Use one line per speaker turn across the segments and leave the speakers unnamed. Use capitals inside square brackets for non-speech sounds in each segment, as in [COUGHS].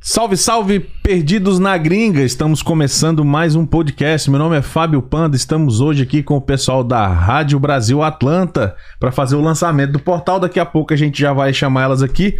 Salve, salve, perdidos na gringa! Estamos começando mais um podcast. Meu nome é Fábio Panda. Estamos hoje aqui com o pessoal da Rádio Brasil Atlanta para fazer o lançamento do portal. Daqui a pouco a gente já vai chamar elas aqui.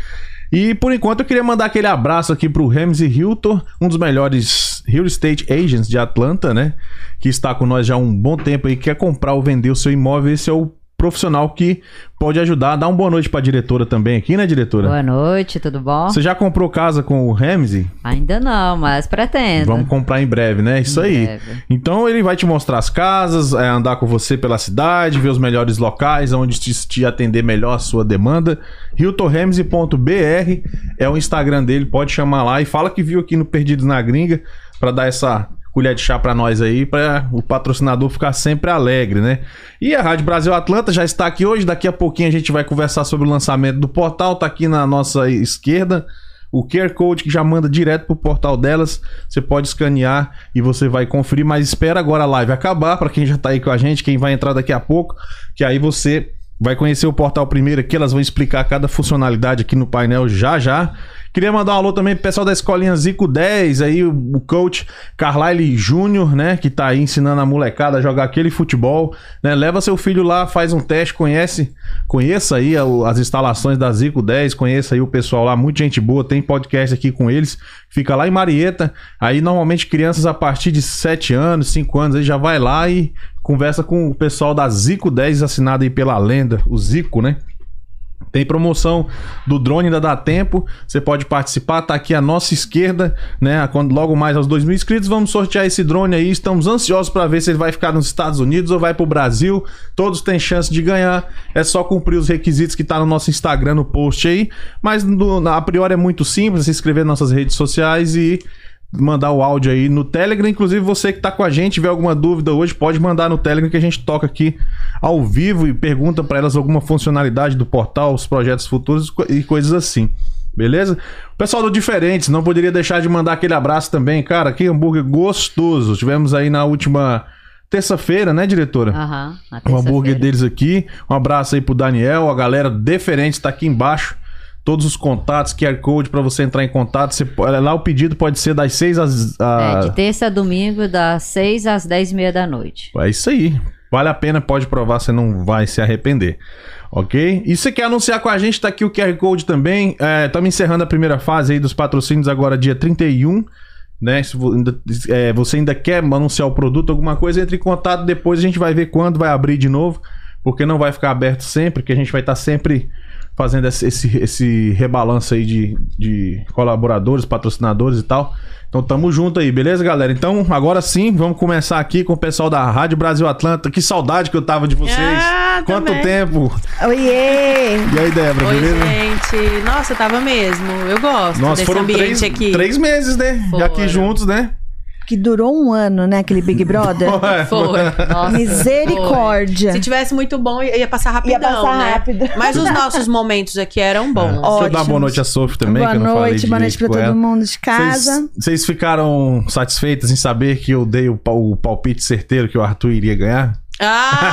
E por enquanto eu queria mandar aquele abraço aqui pro Ramsey Hilton, um dos melhores real estate agents de Atlanta, né? Que está com nós já há um bom tempo aí, quer comprar ou vender o seu imóvel. Esse é o profissional que pode ajudar. Dá uma boa noite pra diretora também aqui, né, diretora?
Boa noite, tudo bom?
Você já comprou casa com o Ramsey?
Ainda não, mas pretendo.
Vamos comprar em breve, né? Isso
Em
aí.
breve.
Então ele vai te mostrar as casas, é, andar com você pela cidade, ver os melhores locais, onde te, te atender melhor a sua demanda. RiltonRamsey.br é o Instagram dele, pode chamar lá e fala que viu aqui no Perdidos na Gringa pra dar essa colher de chá pra nós aí, pra o patrocinador ficar sempre alegre, né? E a Rádio Brasil Atlanta já está aqui hoje, daqui a pouquinho a gente vai conversar sobre o lançamento do portal, tá aqui na nossa esquerda o QR Code que já manda direto pro portal delas. Você pode escanear e você vai conferir, mas espera agora a live acabar para quem já tá aí com a gente, quem vai entrar daqui a pouco, que aí você vai conhecer o portal primeiro aqui, elas vão explicar cada funcionalidade aqui no painel já já. Queria mandar um alô também pro pessoal da escolinha Zico 10, aí o o coach Carlyle Júnior, né, que tá aí ensinando a molecada a jogar aquele futebol, né? Leva seu filho lá, faz um teste, conhece, conheça aí a- o- as instalações da Zico 10, conheça aí o pessoal lá, muita gente boa, tem podcast aqui com eles. Fica lá em Marieta, aí normalmente crianças a partir de 7 anos, 5 anos, aí já vai lá e conversa com o pessoal da Zico 10, assinado aí pela lenda, o Zico, né? Tem promoção do drone, ainda dá tempo. Você pode participar, tá aqui à nossa esquerda, né? Quando logo mais aos 2 mil inscritos, vamos sortear esse drone aí. Estamos ansiosos para ver se ele vai ficar nos Estados Unidos ou vai pro Brasil. Todos têm chance de ganhar. É só cumprir os requisitos que tá no nosso Instagram, no post aí. Mas no- na- a priori é muito simples, se inscrever nas nossas redes sociais e mandar o áudio aí no Telegram. Inclusive, você que tá com a gente, tiver alguma dúvida hoje, pode mandar no Telegram que a gente toca aqui ao vivo e pergunta para elas alguma funcionalidade do portal, os projetos futuros co- e coisas assim. Beleza? Pessoal do Diferentes, não poderia deixar de mandar aquele abraço também, cara. Que hambúrguer gostoso. Tivemos aí na última terça-feira, né, diretora?
Aham, na
o Um hambúrguer
terça-feira.
deles aqui. Um abraço aí pro Daniel, a galera deferente tá aqui embaixo. Todos os contatos, QR Code pra você entrar em contato. Você, po- é, lá o pedido pode ser das 6 às.
É,
a-
de terça a domingo, das 6 às 10 e meia da noite.
É isso aí. Vale a pena, pode provar, você não vai se arrepender. Ok? E se quer anunciar com a gente, tá aqui o QR Code também. Estamos encerrando a primeira fase aí dos patrocínios agora, dia 31. Né? Se vo- ainda- é, você ainda quer anunciar o produto, alguma coisa, entre em contato depois, a gente vai ver quando vai abrir de novo, porque não vai ficar aberto sempre, que a gente vai estar sempre fazendo esse, esse, esse rebalanço aí de, de colaboradores, patrocinadores e tal. Então tamo junto aí, beleza, galera? Então, agora sim, vamos começar aqui com o pessoal da Rádio Brasil Atlanta. Que saudade que eu tava de vocês.
Ah,
Quanto
também.
tempo?
Oiê!
E aí, Débora,
Oi,
beleza?
gente. Nossa, tava mesmo. Eu gosto
Nós
desse
foram
ambiente
três,
aqui.
três meses, né? Já aqui
Foram.
juntos, né?
Que durou um ano, né, aquele Big Brother?
[LAUGHS]
[LAUGHS]
Foi.
Nossa,
Misericórdia.
Se tivesse muito bom, ia ia passar rapidão,
Ia passar
né?
rápido.
Mas os nossos momentos aqui eram bons.
Deixa eu dar uma boa
Ótimos.
noite a Sophie também,
boa
que eu não falei
noite, boa noite pra
direito com
todo
ela.
mundo de casa.
[LAUGHS] Vocês- Vocês ficaram satisfeitas em saber que eu dei o, pa- o palpite certeiro que o Arthur iria ganhar?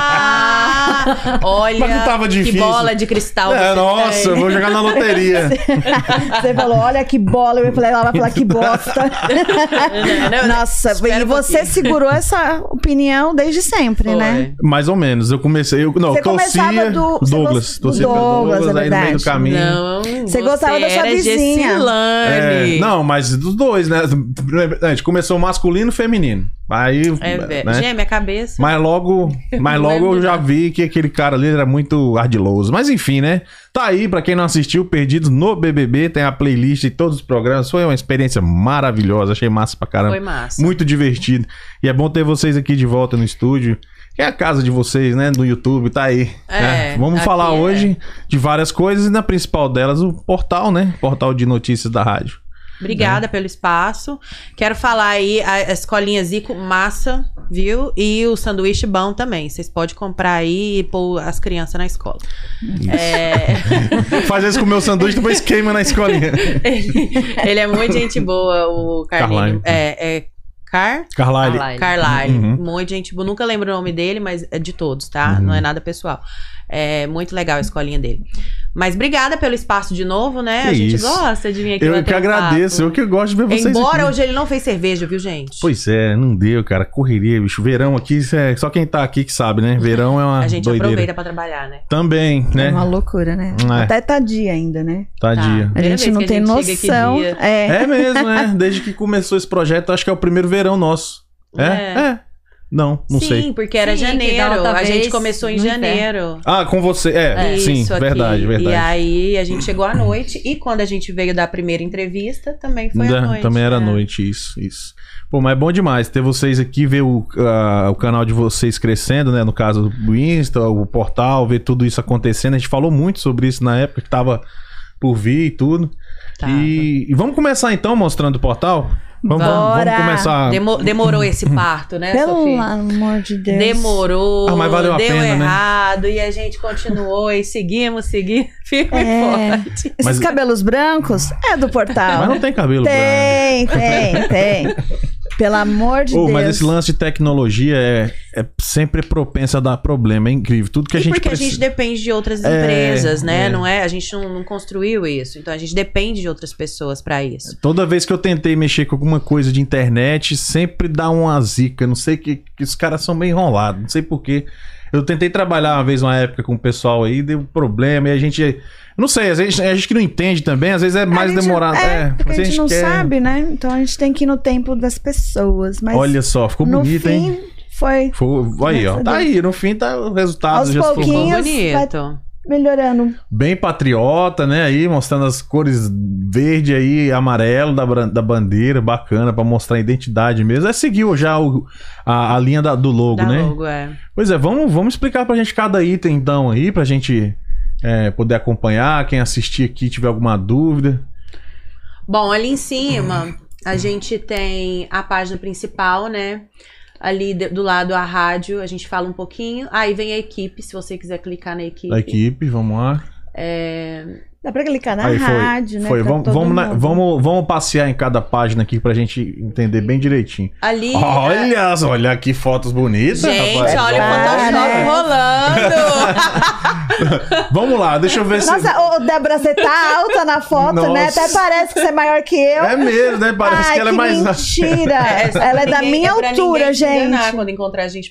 [LAUGHS]
Ah! olha,
É. Mas não tava
que
difícil.
bola de cristal.
É,
você
nossa, eu
tem.
vou jogar na loteria.
[LAUGHS] Você falou, olha que bola. Eu falei, ela vai falar
[LAUGHS]
que bosta.
É, né,
Não, não,
Nossa,
espera
e
um
você
pouquinho.
segurou essa opinião desde sempre,
Foi.
né?
Mais ou menos. Eu comecei. Eu, não,
Você
torcia
começava do- você
Douglas.
gost-
Torcia
do
pelo Douglas,
Douglas, é
aí no meio do
verdade.
caminho.
Não, você
gostava da sua
era
vizinha.
Gessilane.
É, não, mas dos dois, né? A gente começou masculino e feminino. Aí.
É, velho.
né?
Gêmea, cabeça.
Mas logo, mas
Não
logo
lembro
eu já
nada.
vi que aquele cara ali era muito ardiloso. Mas enfim, né? Tá aí, pra quem não assistiu, Perdidos no BBB, tem a playlist e todos os programas. Foi uma experiência maravilhosa, achei massa pra caramba.
Foi massa.
Muito divertido. E é bom ter vocês aqui de volta no estúdio. Que é a casa de vocês, né? No YouTube, tá aí.
É,
né? Vamos
aqui
falar
é.
hoje de várias coisas e na principal delas o portal, né? Portal de notícias da rádio. Né?
Obrigada pelo espaço. Quero falar aí a a escolinha Zico massa, viu? E o sanduíche bom também. Vocês podem comprar aí e pôr as crianças na escola. [LAUGHS] É,
Faz isso com o meu sanduíche, depois queima na escolinha.
ele, ele é muito gente boa, o
Carlyle.
Carlinho. É, é Car
Carlyle.
Carlyle.
Carlyle.
Uhum.
Muito gente boa. Nunca lembro o nome dele, mas é de todos, tá? Não é nada pessoal. É muito legal a escolinha dele. Mas obrigada pelo espaço de novo, né?
Que
a gente
isso.
gosta de vir aqui.
Eu
bater
que
um
agradeço, eu
papo.
que gosto de ver vocês.
Embora
aqui.
hoje ele não fez cerveja, viu, gente?
Pois é, não deu, cara. Correria, bicho. Verão aqui, isso é só quem tá aqui que sabe, né? Verão é uma
A gente
doideira.
aproveita pra trabalhar, né?
Também,
É
né?
uma loucura, né?
É,
Até tadia ainda, né?
Tadia.
A
Primeira
gente
vez
não
que a
tem
gente chega aqui
noção.
dia.
É.
É mesmo, né? Desde que começou esse projeto, acho que é o primeiro verão nosso. É? É.
É.
Não, não
Sim,
sei.
porque era
Sim, que da
janeiro.
outra
A gente
vez,
começou em
no inverno.
janeiro.
Ah, com você. É, sim,
Isso aqui.
verdade,
E
verdade.
aí a gente chegou à noite e quando a gente veio da primeira entrevista, também foi à
Da-
noite.
Também era
né?
noite, isso, isso. Pô, mas é bom demais ter vocês aqui, ver o, ah, o canal de vocês crescendo, né? No caso do Insta, o portal, ver tudo isso acontecendo. A gente falou muito sobre isso na época que tava por vir e tudo.
Tá.
E, e vamos começar então mostrando o portal? Então Vamos, vamos,
Bora!
vamos começar.
Demo- demorou esse parto, né,
Pelo
Sofia?
amor de Deus.
Demorou,
Ah, mas valeu a
deu
pena, né?
errado e a gente continuou e seguimos, seguimos, [LAUGHS] firme
É.
e forte.
Esses
Mas-
cabelos brancos é do portal.
Mas não tem cabelo branco.
Tem, tem, tem. Pelo amor de
Ô,
Deus.
mas esse lance de tecnologia é, é sempre propensa a dar problema, é incrível. Tudo que a
E
gente
porque a
precisa.
gente depende de outras
É,
empresas, né?
é.
Não é? A gente não, não construiu isso, então a gente depende de outras pessoas pra isso.
Toda vez que eu tentei mexer com alguma coisa de internet, sempre dá uma zica. Não sei que, que os caras são meio enrolados, não sei porquê. Eu tentei trabalhar uma vez, uma época, com o pessoal aí, deu problema, e a gente. Não sei, às vezes a gente que não entende também, às vezes é mais
A gente-
demorado.
É,
É,
porque a
mas
gente, não sabe, né? Então a gente tem que ir no tempo das pessoas. Mas
Olha só, ficou
no
bonito,
fim,
hein?
foi
Foi- aí, ó.
Graças a
Tá aí, no fim tá o resultado.
Aos
já se formou.
pouquinhos.
Ficou
Minhas-
bonito.
melhorando.
Bem patriota, né? Aí, mostrando as cores verde aí, e amarelo da, bran- da bandeira, bacana, pra mostrar a identidade mesmo. É, seguiu já o- a, a linha da- do logo,
Da
né?
logo, é.
Pois é, vamos, vamos explicar pra gente cada item então aí, pra gente é, poder acompanhar, quem assistir aqui tiver alguma dúvida.
Bom, ali em cima a gente tem a página principal, né? Ali de- do lado a rádio, a gente fala um pouquinho. Aí vem a equipe, se você quiser clicar na equipe.
Da equipe, vamos lá.
É,
Dá pra clicar na
aí foi.
rádio, né?
foi,
pra
vamos,
todo
vamos, na-
mundo.
vamos, vamos passear em cada página aqui pra gente entender bem direitinho.
Ali. é,
Olha, olha que fotos bonitas,
Gente,
rapaz.
olha o Photoshop
né?
rolando.
Vamos lá, deixa eu ver se.
Nossa, ô, Débora, você tá alta na foto, né?
Nossa.
Até parece que você é maior que eu.
É mesmo, né? Parece
Ai,
que ela é mais.
mentira. ela é [LAUGHS] da
Ninguém-
minha
pra ninguém
altura,
te enganar
gente.
quando encontrar a gente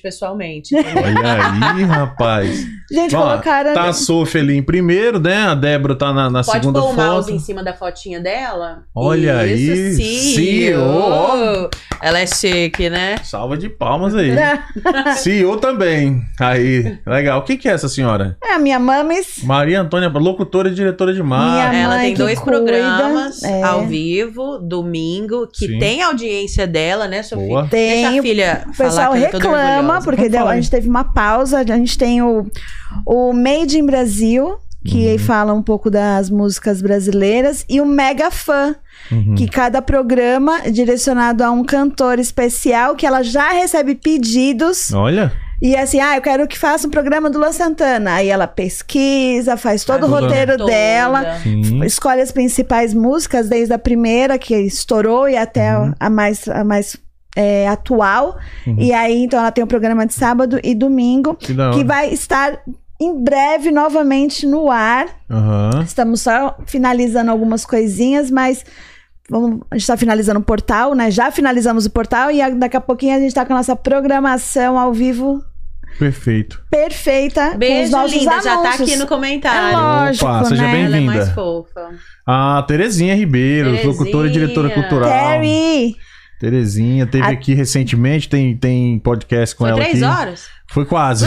[LAUGHS]
pessoalmente.
Olha aí, rapaz.
Gente,
Ó,
colocaram...
Tá a Sophie ali em primeiro, né? A Débora tá na, na
Pode
segunda
pôr o mouse
foto.
em cima da fotinha dela.
Olha aí, oh. CEO.
Ela é chique, né?
Salva de palmas aí.
Né?
[LAUGHS] CEO também. Aí, legal. O que, que é essa senhora?
É a minha mames.
Maria Antônia, locutora e diretora de
A
mar.
Ela
mãe
tem
que
dois
cuida,
programas
é.
ao vivo, domingo, que
Sim.
tem audiência dela, né, Sofia?
Boa.
Tem.
Deixa a filha
O pessoal
falar que eu tô toda
reclama,
orgulhosa.
porque deu- a gente teve uma pausa. A gente tem o, o Made in Brasil,
Uhum.
que fala um pouco das músicas brasileiras, e o Mega Fã,
Uhum.
que cada programa é direcionado a um cantor especial, que ela já recebe pedidos.
Olha.
E assim, ah, eu quero que faça um programa do Luan Santana. Aí ela pesquisa, faz todo o
né?
Toda.
roteiro
Toda.
dela.
Sim.
Escolhe as principais músicas, desde a primeira que estourou e até
Uhum.
a mais, a mais é, atual.
Uhum. Então,
E aí, então, ela tem um programa de sábado e domingo,
Que da
que
hora.
vai estar em breve novamente no ar.
Aham.
Estamos só finalizando algumas coisinhas, mas. Vamos, a gente está finalizando o portal, né? Já finalizamos o portal e a- daqui a pouquinho a gente está com a nossa programação ao vivo
Perfeito.
perfeita. com os
Beijo,
nossos
linda,
anúncios.
já tá aqui no
É
comentário.
lógico,
Opa, seja
né?
Ela é
bem-vinda.
mais fofa.
A Terezinha Ribeiro,
Terezinha.
locutora e diretora cultural.
Terry!
Terezinha, teve aqui recentemente, tem, tem podcast com
Foi
ela
três
aqui.
horas?
Foi quase.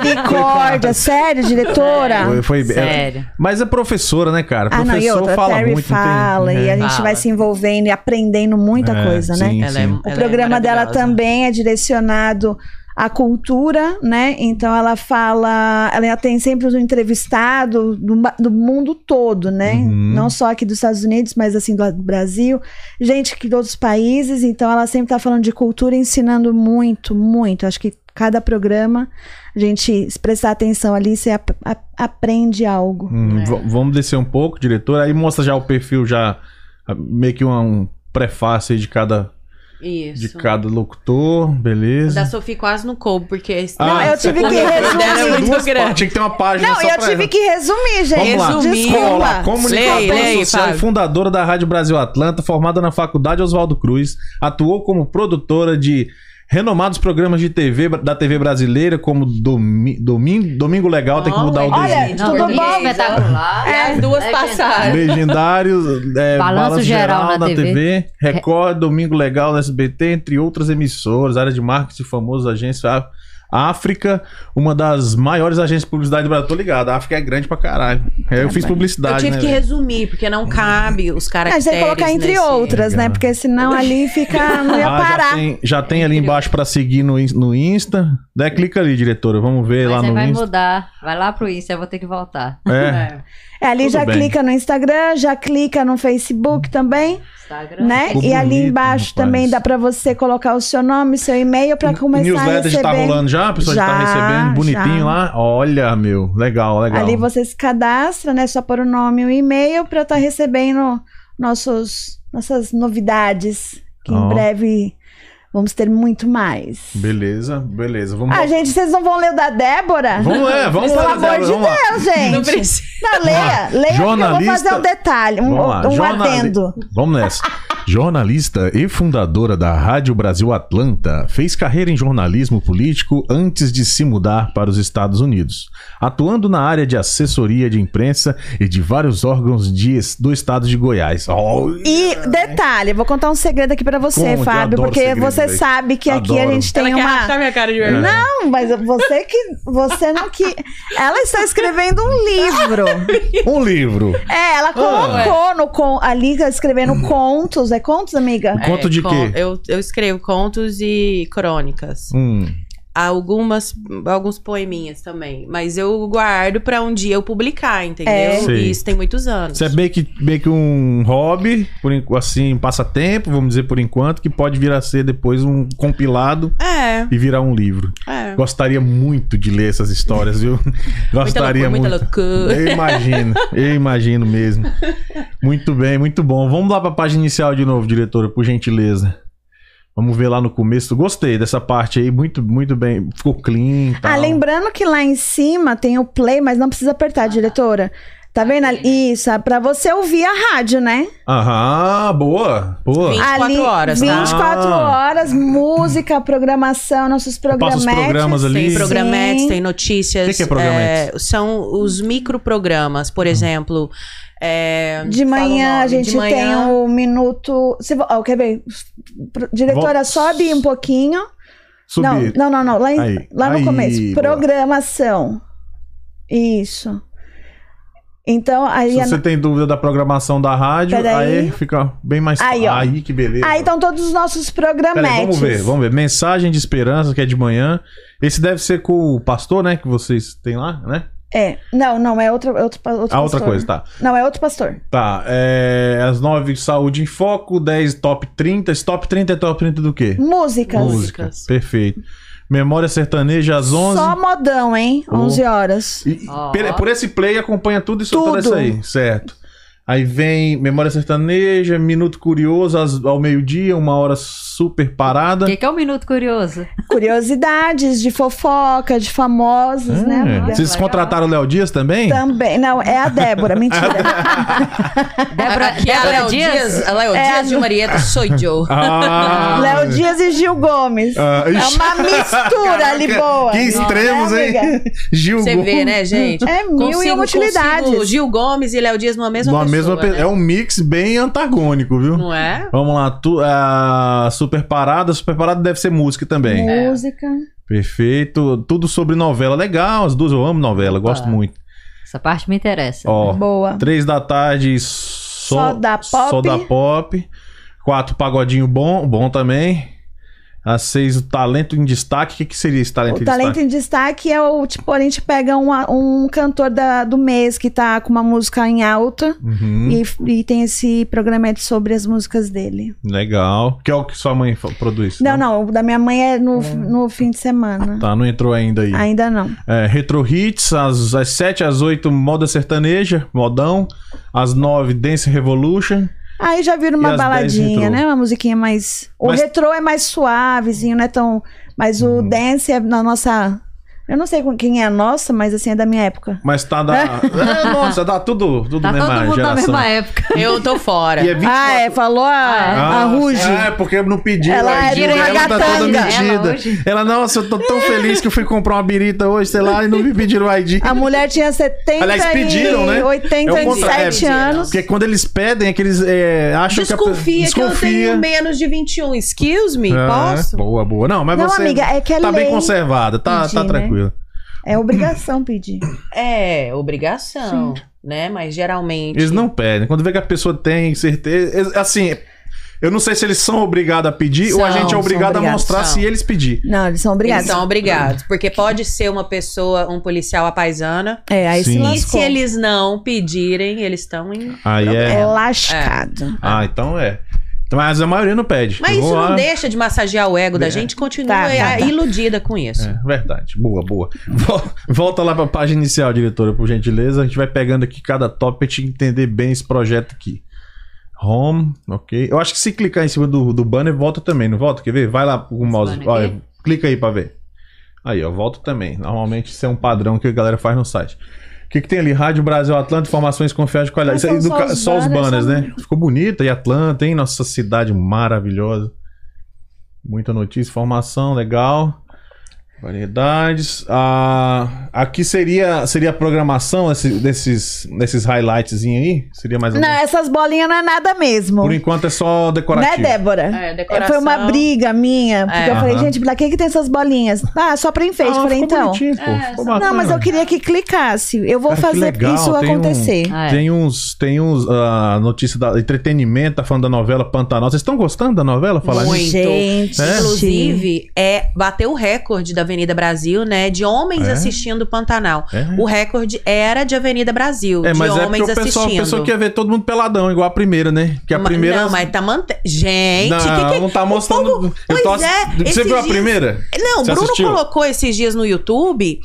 Misericórdia, sério, diretora?
Foi, foi- é-
Sério.
mas é professora, né, cara?
Ah, não, e
Professor
outra, a
fala
Terry
muito. não tem-
fala e a
é.
gente
Fala.
vai se envolvendo e aprendendo muita
É,
coisa, né?
sim,
Ela é,
sim.
O
ela é
programa dela
maravilhosa.
também é direcionado à cultura, né? Então ela fala, ela tem sempre um entrevistado do, ma- do mundo todo, né?
Uhum.
Não só aqui dos Estados Unidos, mas assim do do Brasil, gente que de outros países. Então ela sempre tá falando de cultura, e ensinando muito, muito. Acho que cada programa a gente se prestar atenção ali, você ap- ap- aprende algo.
Hum,
É.
v- Vamos descer um pouco, diretor. Aí mostra já o perfil, já ah, meio que uma- um prefácio aí de cada
Isso.
de cada locutor,
O Da
beleza.
Sofia quase não coube, porque.
Ah,
Não, eu tive que
é
Era
resumir.
muito
Duas
grande.
partes, tinha que ter uma página
Não,
só
eu
pra
tive
ela.
que resumir, gente.
Vamos lá.
Resumir.
Vamos lá.
Desculpa.
Comunicadora
Leia, leia,
social e
Fábio.
fundadora da Rádio Brasil Atlanta, formada na Faculdade Oswaldo Cruz, atuou como produtora de renomados programas de TV bra- da TV brasileira, como Domi- Domingo, Domingo Legal, tem que mudar o
Olha,
desenho.
Olha, tudo
Domingo
bom?
espetacular.
É, as duas
Legendar.
passaram.
Legendários, é,
Balanço Geral na
TV, Record, Domingo Legal na SBT, entre outras emissoras, área de marketing, famosa agência Á- África, uma das maiores agências de publicidade do Brasil. Tô ligado, a África é grande pra caralho. É, Eu fiz publicidade,
Eu tive
né,
que
velho?
resumir, porque não cabe os
A
caracteres.
gente tem que É, colocar entre
nesse-
outras, né? Porque senão ali fica. Não ia
Ah, já
parar.
tem- Já tem, ali embaixo pra seguir no, in- no Insta. Daí clica ali, diretora. Vamos ver
Mas
lá
aí
no
vai né?
Insta.
mudar. Vai lá pro Insta, eu vou ter que voltar.
É.
É, ali
Tudo
já
bem.
clica no Instagram, já clica no Facebook também,
Instagram.
né?
Ficou
e ali
bonito,
embaixo
rapaz.
também dá pra você colocar o seu nome, seu e-mail pra
O
começar a
newsletter já
receber.
tá rolando já? A pessoa já, tá
Já,
recebendo bonitinho
já.
lá. Olha, meu. Legal, legal.
Ali você se cadastra, né? Só pôr o nome e o e-mail pra estar recebendo nossos, nossas novidades. Que
Ó.
em breve vamos ter muito mais.
Beleza, beleza. Vamos
Ah, gente, vocês não vão ler o da Débora?
Vamos, é, vamos
Pelo
lá,
amor
Débora,
de
vamos lá.
Não,
Não
gente.
precisa.
Não, leia. Leia porque eu vou
Jornalista-
fazer um detalhe, um,
Vamos lá,
um
jornali-
adendo.
Vamos nessa.
[LAUGHS]
Jornalista e fundadora da Rádio Brasil Atlanta, fez carreira em jornalismo político antes de se mudar para os Estados Unidos, atuando na área de assessoria de imprensa e de vários órgãos de- do estado de Goiás. Olha!
E detalhe, eu vou contar um segredo aqui pra
Conte,
você,
eu
Fábio,
adoro
porque
segredo,
você
velho.
sabe que aqui
Adoro.
a gente
Ela
tem
quer é
uma
arrastar minha cara
É.
de vergonha.
Não, mas você que você não que ela está escrevendo
[LAUGHS]
um livro.
Um livro.
É,
Ah.
ela colocou no con... ali está
Hum.
escrevendo contos, é contos, amiga?
É. Conto de
con-
quê?
Eu, eu escrevo contos e crônicas.
Hum.
Algumas, alguns poeminhas também. Mas eu guardo pra um dia eu publicar, entendeu?
É.
Sei.
E isso tem muitos anos.
Isso é meio que, meio que um hobby, por, enqu- assim, um passatempo, vamos dizer por enquanto, que pode vir a ser depois um compilado
É,
e virar um livro.
é.
Gostaria muito de ler essas histórias, viu? Gostaria
muita
muito.
loucura, muita loucura.
Eu imagino, eu imagino mesmo. Muito bem, muito bom. Vamos lá pra página inicial de novo, diretora, por gentileza. Vamos ver lá no começo. Gostei dessa parte aí, muito, muito bem. Ficou clean. e Tal.
Ah, lembrando que lá em cima tem o play, mas não precisa apertar, diretora. Tá vendo? ali? Isso, é pra você ouvir a rádio, né?
Aham, boa, boa.
24 horas, tá?
24
Ah.
horas, música, programação, nossos
Passa os
programetes.
programas ali.
Tem programetes,
Sim.
tem notícias.
O que que é Hum. programetes?
é, são os microprogramas, por exemplo. é,
De
fala o
manhã
nome,
a gente
de manhã,
tem um o minuto. Se, vo- ó, quer ver? Pro- Diretora,
Vou-
sobe um pouquinho.
Subir.
Não, não, não, não. Lá, em-
Aí,
lá no
aí,
começo.
boa.
Programação. Isso. Então, aí.
Se
a-
você tem dúvida da programação da rádio,
Peraí.
aí fica bem mais
Aí, ó.
aí que beleza.
Aí então, estão Ah, todos os nossos
Pera
programetes.
aí, vamos ver, vamos ver. Mensagem de esperança, que é de manhã. Esse deve ser com o pastor, né? Que vocês têm lá, né?
É. Não, não, é outro, outro, pa- outro
A
pastor.
outra coisa, tá.
Não, é outro pastor.
Tá. É, as 9, saúde em foco. 10, top 30. Esse top 30 é top 30 do quê?
Músicas.
Música.
Músicas.
Perfeito. Memória sertaneja às 11.
Só modão, hein?
Oh.
11 horas.
E- e
Ó.
pera- por esse play acompanha tudo isso,
Tudo.
tudo isso aí, certo? Aí vem Memória Sertaneja, Minuto Curioso às- ao meio-dia, uma hora super
O
parada.
que, que é um minuto curioso?
Curiosidades de fofoca, de famosos, né?
É.
amiga?
Vocês contrataram o Léo Dias também?
Também. Não, é a
[LAUGHS]
Débora, mentira.
Débora,
Aqui é a
Débora
Léo
Dias?
Dias, a Léo
É,
Dias de Marieta, sou
[LAUGHS]
eu.
Ah,
[LAUGHS] Léo Dias e Gil Gomes.
Ah,
É
ixi,
uma mistura ali boa.
que extremos,
né,
hein?
amiga?
Gil
Você
Gomes.
vê, né, gente?
É mil e uma utilidades.
consigo Gil Gomes e Léo Dias numa mesma
Uma
pessoa,
mesma pe- um-
né?
É um mix bem antagônico, viu?
Não é?
Vamos lá, tu, ah, super parada. Super parada deve ser música
É.
também.
É.
Música.
Perfeito. Tudo sobre novela. Legal, as duas eu amo novela, gosto
Opa.
muito.
Essa parte me interessa.
Ó,
Tá. Boa.
Três da tarde, só,
Só da pop.
Só da pop. Quatro, pagodinho bom, bom também. Às seis, o talento em destaque. O que, que seria esse talento
O
em
talento
destaque?
em destaque é o tipo, a gente pega um, a- um cantor da- do mês que tá com uma música em alta
Uhum,
e, f- e tem esse programete sobre as músicas dele.
Legal. Que é o que sua mãe fa- produz?
Não, não, o da minha mãe é no,
Ah.
no fim de semana.
Tá, não entrou ainda aí.
Ainda não.
É, retro Hits, às, às 7, às 8, moda sertaneja, modão. Às 9, Dance Revolution.
Aí já vira
E
uma
às 10
baladinha,
retrô?
né? Uma musiquinha mais. O
Mas- Uhum.
retrô é mais suavezinho, não é tão. Mas o dance é na nossa. Eu não sei com quem é a nossa, mas assim, é da minha época.
Mas tá da. É, nossa, tá tudo, tudo
Tá
mesma
todo mundo
geração.
na mesma época.
Eu tô fora.
[LAUGHS] E é 24
Ah, é, falou a, a
Ah,
Ruge.
É, porque não pediu.
Ela
aí
é
digo,
uma
ela tá toda
gatanga.
Ela
medida.
É, hoje.
Ela, nossa, eu tô tão feliz que eu fui comprar uma birita hoje, sei lá, e não me pediram o ID.
A mulher tinha 70
Aliás, pediram,
e
né? É o contrário.
87
É,
anos.
Porque quando eles pedem, é que eles é, acham
Desconfia
que a
que
pe-
eu tenho menos de 21. Excuse me,
É,
posso?
Boa, boa. Não, mas
Não,
você
amiga, é que é
tá bem
lei
conservada, tá,
pedir,
tá
né?
tranquila.
É obrigação pedir.
É, obrigação, né? Mas geralmente.
Eles não pedem. Quando vê que a pessoa tem certeza. eles- Assim, eu não sei se eles são obrigados a pedir ou a
São,
gente é
são
obrigado a
obrigados,
mostrar
são.
se eles pedir.
Não, eles são
Eles
obrigados.
são obrigados. Porque pode ser uma pessoa, um policial à paisana.
É, aí
Sim.
se
E
E se
lascou.
eles não pedirem, eles estão em.
Aí é.
É lascado.
Ah, então é. Mas a maioria não pede.
Mas
Eu vou
isso não
lá-
deixa de massagear o ego da gente, continua é,
Tá, tá, tá.
iludida com isso.
É, verdade. Boa, boa. [LAUGHS] Vol- Volta lá pra página inicial, diretora, por gentileza. A gente vai pegando aqui cada top pra gente entender bem esse projeto aqui. Home, ok. Eu acho que se clicar em cima do, do banner, volta também, não volta? Quer ver? Vai lá com o mouse.
banner
Olha,
aqui?
clica aí pra ver. Aí, ó, volta também. Normalmente isso é um padrão que a galera faz no site. O que, que tem ali? Rádio Brasil Atlanta, informações confiáveis de qualidade.
Mas
Isso aí
são
do
só
ca-
os
só os banners,
banners, só-
né? Ficou bonita. E Atlanta, hein? Nossa cidade maravilhosa. Muita notícia, informação, legal. Variedades. Ah, aqui seria, seria a programação esse- desses, desses highlights aí? Seria mais ou
Não,
menos.
essas bolinhas não é nada mesmo.
Por enquanto é só
Né,
decorativo.
Débora?
É, decoração.
Foi uma briga minha. Porque
É.
eu falei,
Aham.
gente, pra que, que tem essas bolinhas? Ah, só pra enfeite.
Ah,
Eu falei,
ficou
então.
bonitinho, pô.
É,
Ficou
só-
bacana.
Não, mas eu queria que clicasse. Eu vou
Cara, que
fazer
legal, tem
isso
um-
acontecer.
Ah, é.
Tem uns, tem uns ah, notícia da entretenimento, tá falando da novela Pantanal. Vocês estão gostando da novela? Falar
Muito.
nisso?
Gente.
É?
Inclusive, é, bateu o recorde da Avenida Brasil, né? De homens
É?
assistindo Pantanal.
É.
O recorde era de Avenida Brasil,
É,
de
mas é porque
homens
o pessoal, o
assistindo.
pessoal quer ver todo mundo peladão, igual a primeira, né? Que a
Ma-
primeira.
Não, mas tá mantendo. Gente,
não,
que que-
não tá
o
mostrando.
povo-
Eu tô
Pois é,
assistindo- Você
esses
viu a
dias-
primeira?
Não, o
Você
Bruno
assistiu?
colocou esses dias no YouTube.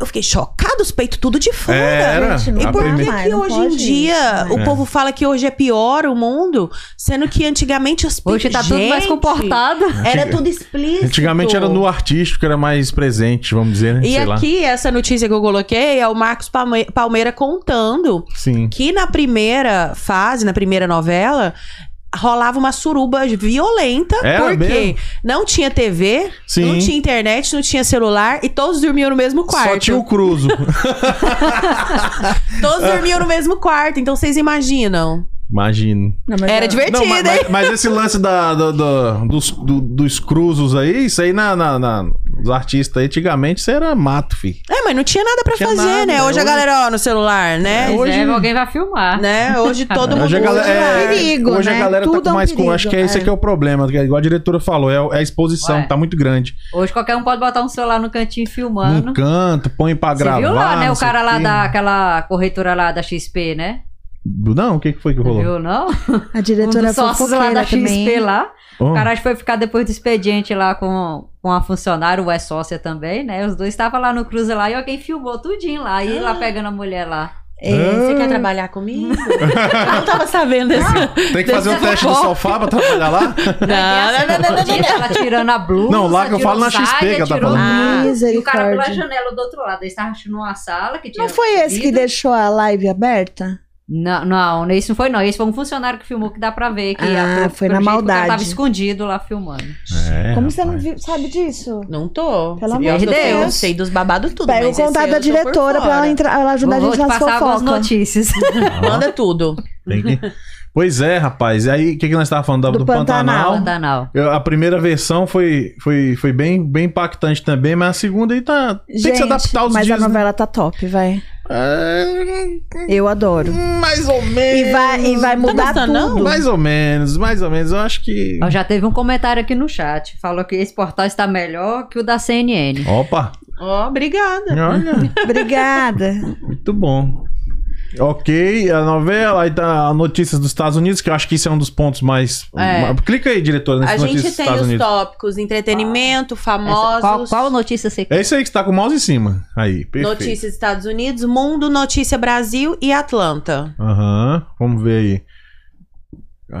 Eu fiquei chocado, os peitos tudo de fora.
era.
gente, não
E
É, a
dá
por que,
primeira. Ah,
mais,
que
não
hoje em
pode
dia
isso,
o
né?
povo fala que hoje é pior o mundo, sendo que antigamente os peitos.
Hoje tá tudo mais
Gente,
comportado.
Era tudo explícito.
Antigamente era no artístico, era mais presente, vamos dizer, né?
E
Sei lá.
aqui, essa notícia que eu coloquei é o Marcos Palme- Palmeira contando
Sim.
que na primeira fase, na primeira novela, rolava uma suruba violenta,
Era
porque
É mesmo?
não tinha TV,
Sim.
não tinha internet, não tinha celular e todos dormiam no mesmo quarto.
Só tinha um- Ah. o Cruzo.
Todos dormiam no mesmo quarto, então vocês imaginam.
Imagino.
Não, mas
Era
eu-
divertido,
Não, mas,
hein?
mas- mas esse lance da, da- da- dos, do- dos cruzos aí, isso aí na, na- na- os artistas aí, antigamente isso era mato, fi.
É, mas não tinha nada pra
Tinha
fazer,
nada,
né? Hoje, a
hoje-
galera, ó, no celular, né?
Pois
hoje,
é, alguém vai filmar.
né? Hoje todo mundo.
Hoje a
usa.
galera, é,
perigo,
hoje a
né?
galera tá
Tudo é
com
um
mais. com- acho que é
perigo,
esse
é.
que é o problema, que é igual a diretora falou, é, é a exposição,
Ué.
que tá muito grande.
Hoje qualquer um pode botar um celular no cantinho
Num
filmando.
canto, põe pra
Você
gravar.
viu lá, né?
Tá não
O
sei
cara lá
quê.
daquela corretora lá da XP, né?
Não, o que que foi que rolou?
Viu, não?
A
Um
diretora
dos sócios lá da
fofoqueira
XP
também.
lá.
Oh,
O cara acho que foi ficar depois do expediente lá com, com a funcionária, o é sócia também, né? Os dois estavam lá no cruze lá e alguém filmou tudinho lá. E ele
Ah.
lá pegando a mulher lá.
Ah.
Você quer trabalhar [LAUGHS] comigo? eu não tava sabendo desse.
Tem que fazer o teste do sofá pra trabalhar lá?
Ah.
Não, não, não, não, não, não.
assim, Ela tirando a blusa.
Não, lá que eu
tirou
falo na
saia,
XP que ela tá
tirou
falando.
tudo. E o cara pela
Ah, Misericórdia.
janela do outro lado. Eles estavam numa sala que tinha.
Não foi esse que
vidro.
deixou a live aberta?
Não, não, esse não foi não. Esse foi um funcionário que filmou que dá pra ver. Que
Ah,
a-
foi
pelo
na
jeito, O
maldade.
cara tava escondido lá filmando.
É,
Como você não
rapaz.
viu- sabe disso?
Não tô.
Pelo
Se vier
amor de
que eu
Deus.
sei, Eu sei dos babados tudo.
Pega o
mas esse
contato
eu
da
tô por
diretora pra
fora.
ela, entrar- ela
vou,
ajudar a
vou
gente
te
nas
passar algumas
fofocas.
[LAUGHS] notícias.
Manda tudo.
Tem que- Pois é, rapaz. E aí, o que, que nós estávamos falando do, do
Do
Pantanal?
Pantanal.
Pantanal.
Eu- a primeira versão foi, foi, foi bem, bem impactante também, mas a segunda aí tá. tem que se
Gente,
adaptar aos
mas
dias.
a
né?
novela tá top, vai.
É,
Eu adoro.
mais ou menos.
E vai, e vai
Tá
mudar
gostando, não?
tudo.
Mais ou menos, mais ou menos. Eu acho que.
Ó, Já teve um comentário aqui no chat. Falou que esse portal está melhor que o da CNN.
Opa!
Ó, obrigada.
Olha,
Obrigada.
[LAUGHS]
muito bom. Ok, a novela, aí tá a notícias dos Estados Unidos, que eu acho que isso é um dos pontos mais.
É.
ma- Clica aí, diretora, nesse
A gente
notícias dos
tem
Estados
os
Unidos.
tópicos: entretenimento, famosos.
Essa- Qual, qual notícia você
É isso aí que está com o mouse em cima. Aí, perfeito.
Notícias dos Estados Unidos, Mundo, Notícia Brasil e Atlanta.
Aham, vamos ver aí.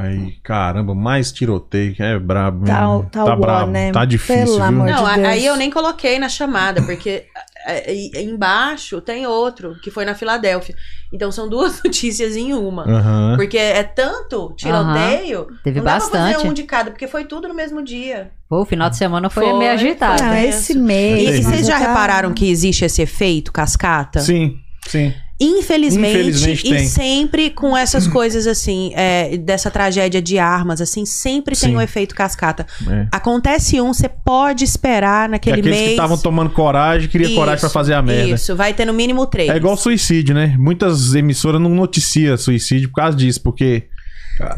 Aí, caramba, mais tiroteio. É brabo.
Tá-
mesmo.
tá o ó,
brabo,
né?
Tá difícil,
Pelo
viu?
amor
Não,
de
a-
Deus.
aí eu nem coloquei na chamada, porque é, é, embaixo tem outro, que foi na Filadélfia. Então são duas [LAUGHS] notícias em uma.
Aham.
Porque é tanto tiroteio.
Teve
não dá pra
bastante.
fazer um de cada, porque foi tudo no mesmo dia.
Pô, o final de semana foi,
Foi,
meio agitado.
Ah,
Deus.
esse mês.
Sim.
E, e vocês já
tá-
repararam que existe esse efeito cascata?
Sim, sim.
Infelizmente,
Infelizmente
e
tem.
sempre com essas coisas assim, é, dessa tragédia de armas, assim, sempre
Sim.
tem um efeito cascata.
É.
Acontece um, você pode esperar naquele
Aqueles
mês.
que estavam tomando coragem, queria coragem pra
Isso,
fazer a merda.
Isso, vai ter no mínimo três.
É igual suicídio, né? Muitas emissoras não noticiam suicídio por causa disso, porque.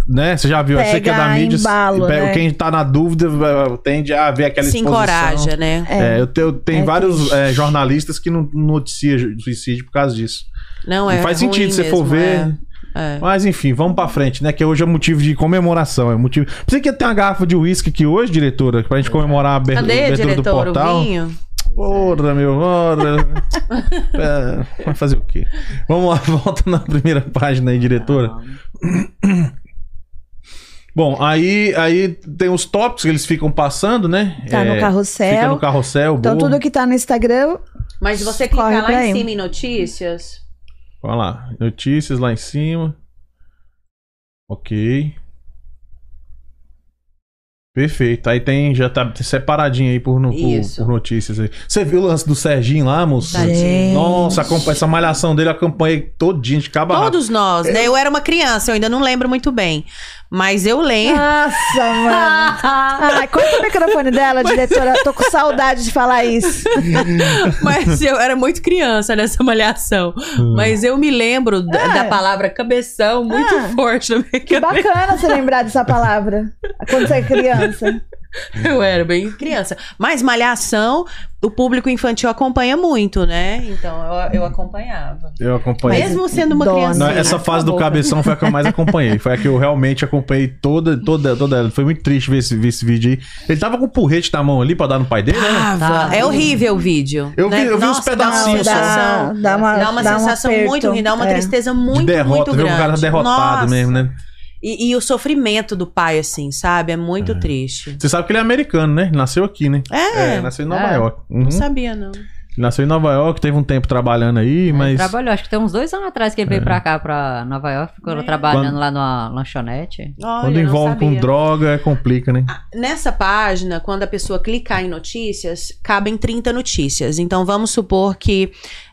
Né? Você já viu, você que é da
Pega
mídia.
embalo,
pega-
né?
Quem tá na dúvida eh, tende a ver aquela
se
exposição.
encoraja, né?
É, eu tenho, tem
É
vários
triste.
eh, jornalistas que não noticiam ju- suicídio por causa disso.
Não
Não
é.
faz
ruim
sentido você
mesmo,
for ver.
é, é.
Mas enfim, vamos pra frente, né? Que hoje é motivo de comemoração. É motivo. Você que tem uma garrafa de uísque aqui hoje, diretora, pra gente comemorar a abertu-
Cadê,
abertura do
diretor,
portal.
o vinho?
Porra, meu, ora.
[LAUGHS]
É, vai fazer o quê? Vamos lá, [LAUGHS] volta na primeira página aí, diretora. Bom, aí, aí tem os tópicos que eles ficam passando, né?
Tá
É,
no
Fica
carrossel.
no carrossel,
Então,
bolo.
tudo que tá no Instagram,
[LAUGHS] Mas se você clicar
Corre
lá
pra
em
aí.
cima em notícias,
Olha lá, notícias lá em cima. Ok. Perfeito. Aí tem, já tá separadinho aí por, no- por-
Isso.
por notícias aí. Você viu o lance do Serginho lá, moço?
Tadinho. Gente.
Nossa, acompa- essa malhação dele eu acompanhei todinho de cabo a rabo.
todos nós, né? Eu era uma criança, eu ainda não lembro muito bem. Mas eu lembro.
Nossa, mano. Ai, corta o microfone dela, diretora. Tô com saudade de
[LAUGHS]
falar isso.
[LAUGHS] Mas eu era muito criança nessa malhação.
Hum.
Mas eu me lembro da,
É.
da palavra cabeção muito
É.
forte na minha
Que
cabeça.
bacana você lembrar dessa palavra quando você é criança.
Eu era bem criança. Mas malhação, o público infantil acompanha muito, né? Então eu, eu acompanhava.
Eu acompanhei.
Mesmo assim, né? sendo uma
Dona.
Não,
criança.
Sim,
essa fase do
acabou.
cabeção foi a que eu mais acompanhei. Foi a que eu realmente acompanhei toda, toda, toda ela. Foi muito triste ver esse, ver esse vídeo aí. Ele tava com o porrete na mão ali pra dar no pai dele, né?
Tava. É horrível o vídeo.
Eu vi-
né?
eu vi uns
Nossa, dá uma
pedacinhos só.
sensação-
Dá- dá uma-
dá uma
dá um
sensação
aperto.
muito ruim, dá uma
É.
tristeza
de
muito,
derrota,
muito
viu?
grande.
O cara derrotado
Nossa.
mesmo, né?
E, e o sofrimento do pai, assim, sabe? É muito triste.
Você sabe que ele é americano, né? Ele Nasceu aqui, né?
É,
É, nasceu em Nova
É.
York. Uhum.
não sabia, não.
Ele Nasceu em Nova York, teve um tempo trabalhando aí,
[LAUGHS] Ele
mas.
Trabalhou, acho que tem uns dois anos atrás que ele
É.
veio pra cá, pra Nova York, ficou
Meu.
trabalhando
Quando-
lá numa lanchonete.
Olha,
Quando
não
envolve com
sabia.
droga, é complica, né?
Nessa página, quando a pessoa clicar em notícias, cabem 30 notícias. Então vamos supor que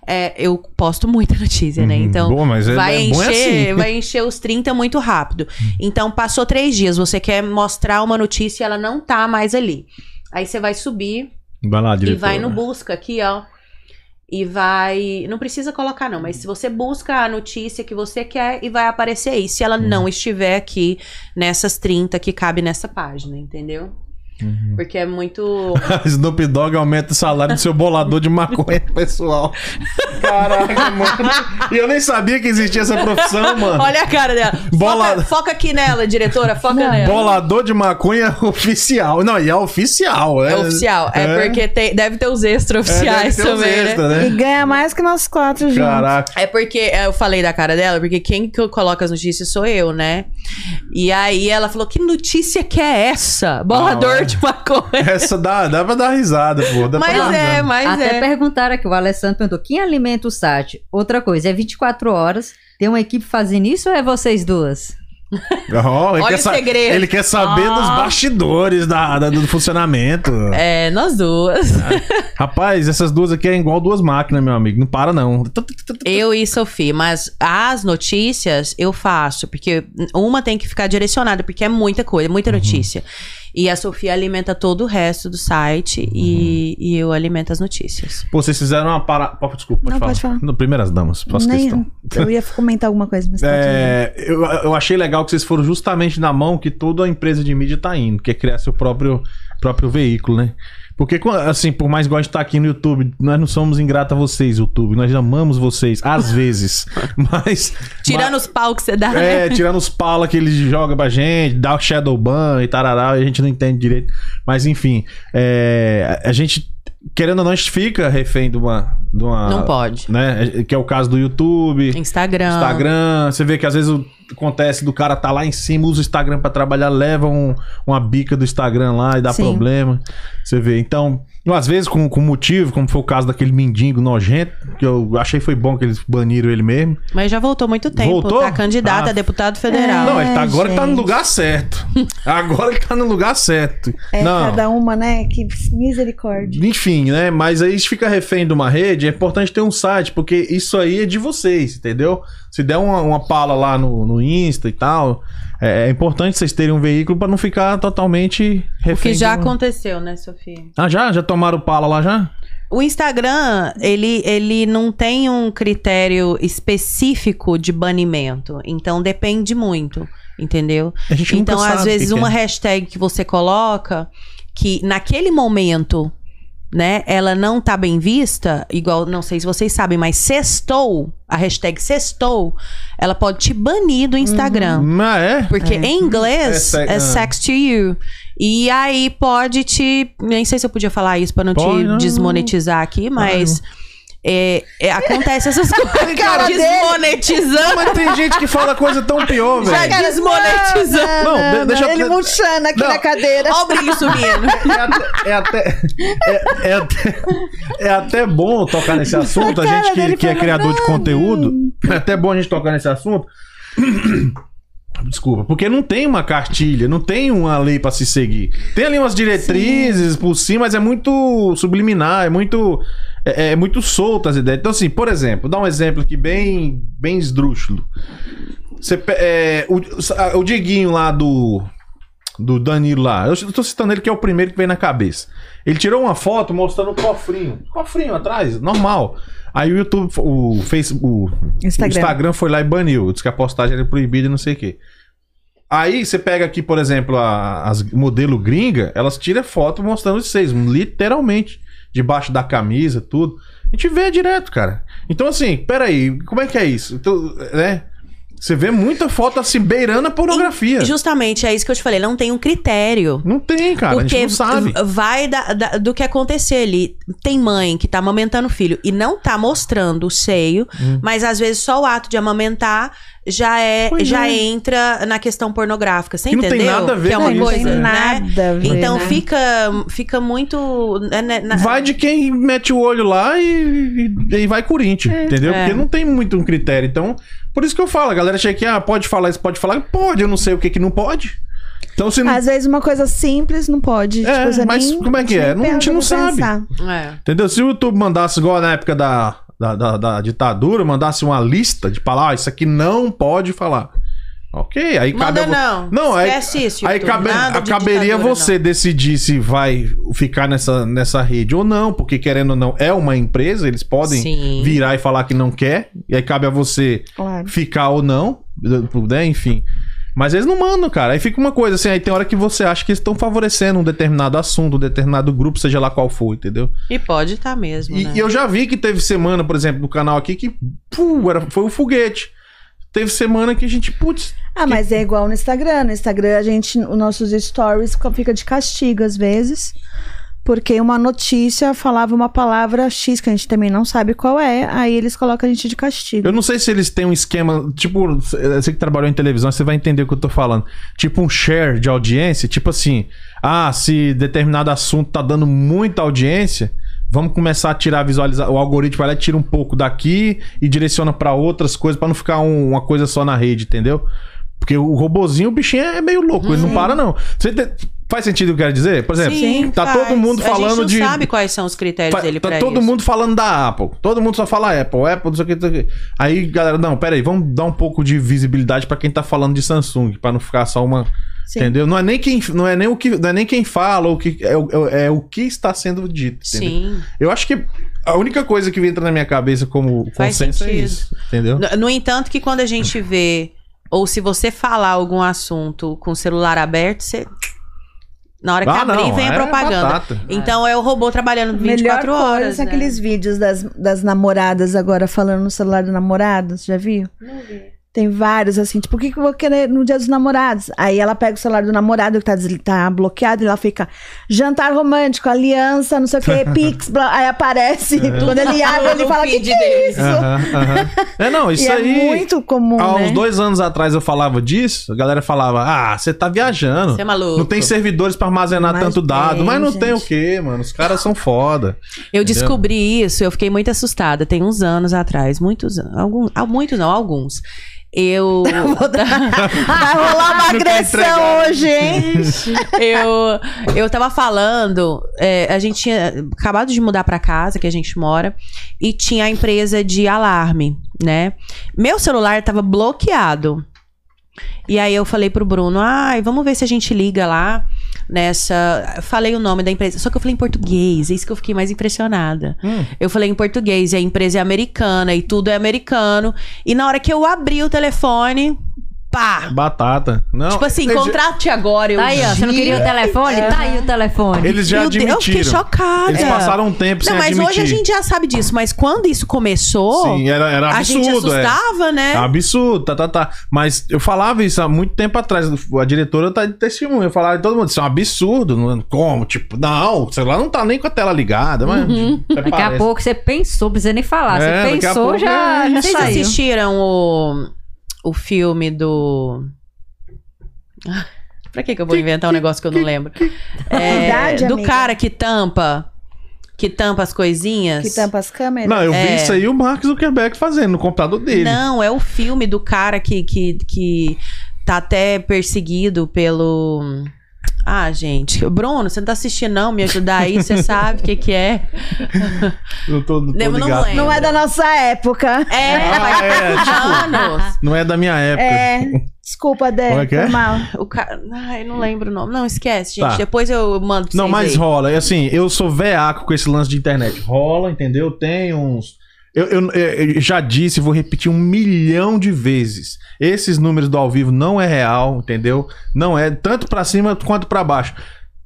é, eu posto muita [LAUGHS] notícia, né?
Uhum.
Então
Bom, mas é,
vai
é bom é
encher,
assim.
[LAUGHS]
Uhum.
vai encher os 30 muito rápido. Então, passou três dias, você quer mostrar uma notícia e ela não tá mais ali. Aí você vai subir
Vai lá, diretor. né?
e
[LAUGHS]
vai no busca aqui, ó. E vai. Não precisa colocar, não, mas se você busca a notícia que você quer e vai aparecer aí. Se ela
Uhum.
não estiver aqui nessas 30 que cabe nessa página, entendeu?
Uhum.
Porque é muito.
Snoop Dogg aumenta o salário do seu bolador de maconha, [LAUGHS] pessoal. Caraca, [LAUGHS] mano. E eu nem sabia que existia essa
[LAUGHS]
profissão, [LAUGHS] mano.
Olha a cara dela.
Bola-
Foca, foca aqui nela, diretora, foca nela.
Bolador de maconha [LAUGHS] oficial. Não, e é oficial.
É oficial. É,
É.
porque tem- deve ter os extra
É, deve
oficiais
ter uns
também, né?
extra,
E
né?
ganha mais que nós quatro juntos.
Caraca.
É porque é, eu falei da cara dela, porque quem que eu coloco as notícias sou eu, né? E aí ela falou: que notícia que é essa? Bolador
Ah, é.
de maconha.
[LAUGHS] Essa dá, dá pra dar risada, pô. Dá pra dar
Mas é,
risada.
mas
Até
é.
perguntaram aqui, o Alessandro perguntou, quem alimenta o site? Outra coisa, é 24 horas, tem uma equipe fazendo isso ou é vocês duas?
Ó, ele,
é. Olha
quer
o
sa-
segredo.
ele quer saber
Ah.
dos bastidores da, da- do funcionamento.
É, nós duas. [LAUGHS]
Rapaz, essas duas aqui é igual duas máquinas, meu amigo. Não para, não.
Eu e Sofia, mas as notícias eu faço, porque uma tem que ficar direcionada, porque é muita coisa, muita
Uhum.
notícia. E a Sofia alimenta todo o resto do site e,
Uhum.
e eu alimento as notícias.
Pô, vocês fizeram uma parada. Desculpa, pode
Não,
falar.
pode falar.
No, primeiras damas, faço
Nem-
questão.
Eu ia comentar alguma coisa, mas tá tudo bem.
É, eu, eu achei legal que vocês foram justamente na mão que toda a empresa de mídia tá indo, que é criar seu próprio, próprio veículo, né? Porque, quan- assim, por mais que goste de estar aqui no YouTube, nós não somos ingratos a vocês, YouTube. Nós amamos vocês, às [LAUGHS] vezes. Mas.
Tirando os pau que você dá, né?
É, tirando os pala que eles jogam pra gente, dá o Shadow Ban e tarará, e a gente não entende direito. Mas enfim, é, a a gente, querendo ou não, a gente fica refém de uma. De uma
Não pode.
Né? Que é o caso do YouTube,
Instagram.
Instagram. Você vê que às vezes o acontece do cara tá lá em cima, usa o Instagram pra trabalhar, leva um- uma bica do Instagram lá e dá
Sim.
problema. Você vê. Então, às vezes com, com motivo, como foi o caso daquele mendigo nojento, que eu achei foi bom que eles baniram ele mesmo.
Mas já voltou muito tempo.
Voltou?
Tá candidato
Ah.
a deputado federal.
Não, ele tá
É,
agora ele tá no
gente. [LAUGHS]
lugar certo. Agora ele tá no lugar certo.
É,
Não.
cada uma, né? Que misericórdia.
Enfim, né? Mas aí se fica refém de uma rede, é importante ter um site, porque isso aí é de vocês, entendeu? Se der uma, uma pala lá no, no Insta e tal, é, é importante vocês terem um veículo pra não ficar totalmente refém.
O que já
de um-
aconteceu, né, Sofia?
Ah, já? Já tomaram pala lá já?
O Instagram, ele, ele não tem um critério específico de banimento. Então depende muito, entendeu?
A gente nunca
Então,
sabe
às
o que
vezes,
que é.
uma hashtag que você coloca, que naquele momento, né, ela não tá bem vista, igual, não sei se vocês sabem, mas sextou, a hashtag sextou, ela pode te banir do Instagram.
Ah, é?
Porque em
É
inglês
se-
é,
ah.
sex to you. E aí pode te. Nem sei se eu podia falar isso pra não
Pode,
te
não.
desmonetizar aqui, mas. é, é, acontece
[LAUGHS]
essas coisas.
cara dele.
desmonetizando.
Mas tem gente que fala coisa tão pior,
[LAUGHS] Já é
velho.
desmonetizando.
Não, de-
né?
deixa
Ele murchando aqui
Não.
na cadeira.
Ó, o brilho subindo.
É até, é, até, é, é até- é até bom tocar nesse assunto. A gente que, que é criador de conteúdo, é até bom a gente tocar nesse assunto. [CLEARS THROAT] Desculpa, porque não tem uma cartilha, não tem uma lei pra se seguir. Tem ali umas diretrizes por cima, mas é muito subliminar, é muito. É, é muito solto as ideias. Então, assim, por exemplo, dá um exemplo aqui bem, bem esdrúxulo. Você, pe- é, o, o Dieguinho lá do do Danilo lá. Eu tô citando ele que é o primeiro que vem na cabeça. Ele tirou uma foto mostrando o cofrinho. Um Cofrinho atrás, normal. Aí o YouTube, o Facebook, o
Instagram.
Instagram foi lá e baniu. Diz que a postagem era proibida e não sei o quê. Aí você pega aqui, por exemplo, a- as modelo gringa, elas tiram foto mostrando os seis, literalmente. Debaixo da camisa, tudo. A gente vê direto, cara. Então, assim, peraí, como é que é isso? Então, né? Você vê muita foto assim, beirando a pornografia.
Justamente, é isso que eu te falei. Não tem um critério.
Não tem, cara. a
Porque
gente não sabe.
v- vai da- da- do que acontecer ali. Tem mãe que tá amamentando o filho e não tá mostrando o seio,
Uhum.
mas às vezes só o ato de amamentar já é
Pois
já
é.
entra na questão pornográfica, você
Que não tem
entendeu?
nada a ver
que é
com
uma
isso,
coisa,
né?
né?
Nada, a ver,
Então
né?
fica fica muito né, né, na-
Vai de quem mete o olho lá e, e, e vai Corinthians, entendeu?
É.
Porque não tem muito um critério. Então, por isso que eu falo, a galera chega aqui, ah, pode falar isso, pode falar. Pode, eu não sei o que que não pode. Então, se não.
Às vezes uma coisa simples não pode.
É,
tipo, você
mas
nem-
como é que é? Não- a gente não
pensa,
sabe.
pensar.
É.
Entendeu? Se o YouTube mandasse, igual na época da, da, da- da ditadura, mandasse uma lista de falar, ah, isso aqui não pode falar. Ok, aí cabe.
Manda
a vo-
não.
Não, aí-
Esquece isso.
Aí
YouTube.
cabe-
Nada de
caberia
ditadura, não.
você decidir se vai ficar nessa, nessa rede ou não, porque querendo ou não, é uma empresa, eles podem
Sim.
virar e falar que não quer, e aí cabe a você
Claro.
ficar ou não, né? Enfim. Mas eles não mandam, cara. Aí fica uma coisa assim, aí tem hora que você acha que eles estão favorecendo um determinado assunto, um determinado grupo, seja lá qual for, entendeu?
E pode estar mesmo,
E,
né?
e eu já vi que teve semana, por exemplo, no canal aqui, que pô, era, foi um foguete. Teve semana que a gente, putz,
Ah, mas é igual no Instagram. No Instagram, a gente, os nossos stories fica- fica de castigo às vezes. Porque uma notícia falava uma palavra X que a gente também não sabe qual é, aí eles colocam a gente de castigo.
Eu não sei se eles têm um esquema, tipo, você que trabalhou em televisão, você vai entender o que eu tô falando. Tipo um share de audiência, tipo assim, ah, se determinado assunto tá dando muita audiência, vamos começar a tirar visualizar, o algoritmo vai lá e tira um pouco daqui e direciona pra outras coisas pra não ficar um- uma coisa só na rede, entendeu? Porque o robozinho, o bichinho é meio louco, ele não para não. Você te- faz sentido o que eu quero dizer? Por exemplo,
Uhum. Sim,
tá
faz.
todo mundo
a gente
falando
não
de
sabe quais são os critérios
Fa-
dele
tá
pra
todo
isso.
mundo falando da Apple. Todo mundo só fala Apple, Apple, não sei o que, não sei o que. Aí, galera, não, pera aí, vamos dar um pouco de visibilidade pra quem tá falando de Samsung, pra não ficar só uma.
Sim.
Entendeu? Não é nem quem, não é nem o que, não é nem quem fala, ou o que é, o- é o que está sendo dito, entendeu?
Sim.
Eu acho que a única coisa que entra na minha cabeça como
Faz
consenso é
sentido.
isso, entendeu?
No, no entanto, que quando a gente vê, ou se você falar algum assunto com o celular aberto, você. Na hora que abrir, vem a
é
propaganda.
batata.
Então é o robô trabalhando 24
Melhor coisa
horas.
são
né?
aqueles vídeos das, das namoradas agora falando no celular do namorado, você já viu?
Tem vários, assim, tipo, o que, que eu vou querer no dia dos namorados? Aí ela pega o celular do namorado que tá, des- tá bloqueado e ela fica jantar romântico, aliança, não sei
[LAUGHS]
o quê, pix, blá, aí aparece. Quando ele abre, ele
No
fala, que
feed
que é
dele."
isso?
É. Aham, aham. É,
[LAUGHS]
não, isso
e
aí.
é muito comum,
Há uns
né?
dois anos atrás eu falava disso, a galera falava: Ah, você tá viajando.
Você é maluco.
Não tem servidores pra armazenar
Mas
tanto dado.
tem,
mas não tem o
gente.
quê, mano? Os caras são foda.
Eu
Entendeu?
descobri isso, eu fiquei muito assustada. Tem uns anos atrás, muitos anos. Alguns, ah, muitos não, alguns.
[LAUGHS]
Eu.
Vai rolar uma
Não tá
agressão
entregando.
hoje, hein?
eu, [LAUGHS] eu tava falando, é, a gente tinha acabado de mudar pra casa que a gente mora e tinha a empresa de alarme, né? Meu celular tava bloqueado. E aí eu falei pro Bruno, ai, vamos ver se a gente liga lá nessa, eu falei o nome da empresa, só que eu falei em português, é isso que eu fiquei mais impressionada.
Hum.
Eu falei em português, e a empresa é americana e tudo é americano. E na hora que eu abri o telefone, pá,
Batata. Não.
Tipo assim,
eles,
contrate agora. Eu
Tá aí, ó. Você não
giro.
queria o telefone? Tá aí o telefone.
eles já
Meu Deus, eu fiquei
admitiram.
chocada.
Eles passaram um tempo
Não,
sem
mas
admitir.
hoje a gente já sabe disso. Mas quando isso começou,
Sim, era, era
a gente
absurdo, é.
assustava, né?
Absurdo, tá, tá, tá. Mas eu falava isso há muito tempo atrás. A diretora tá de testemunho. Eu falava, todo mundo, isso é um absurdo. Não, como? Tipo, não, o celular não tá nem com a tela ligada, mas.
Uhum.
até
Daqui
parece.
a pouco você pensou, não precisa nem
É,
falar. você
daqui a
pensou,
pouco
já,
é
já
Vocês
saiu.
assistiram o, o filme do. Pra que, que eu vou inventar um negócio que eu não lembro? É,
Verdade,
do
amiga.
cara que tampa. Que tampa as coisinhas.
Que tampa as
né?
câmeras.
Não, eu vi
É.
isso aí o Mark Zuckerberg fazendo no computador dele.
Não, é o filme do cara que, que, que tá até perseguido pelo. Ah, gente. Bruno, você não tá assistindo, não? Me ajudar aí, você sabe o que, que é.
Eu tô, tô
Não, não
ligado.
lembro.
Não é da nossa época.
É, tipo,
Ah,
mas
é,
anos.
Não é da minha época.
É. Desculpa, Dé.
Como é que é?
Foi mal.
O cara. Ai, não lembro o nome. Não, esquece, gente.
Tá.
Depois eu mando pra
Não,
vocês
mas
aí.
rola. É Assim, eu sou veaco com esse lance de internet. Rola, entendeu? Tem uns. Eu, eu- eu já disse, vou repetir um milhão de vezes. Esses números do ao vivo não é real, entendeu? Não é tanto pra cima quanto pra baixo.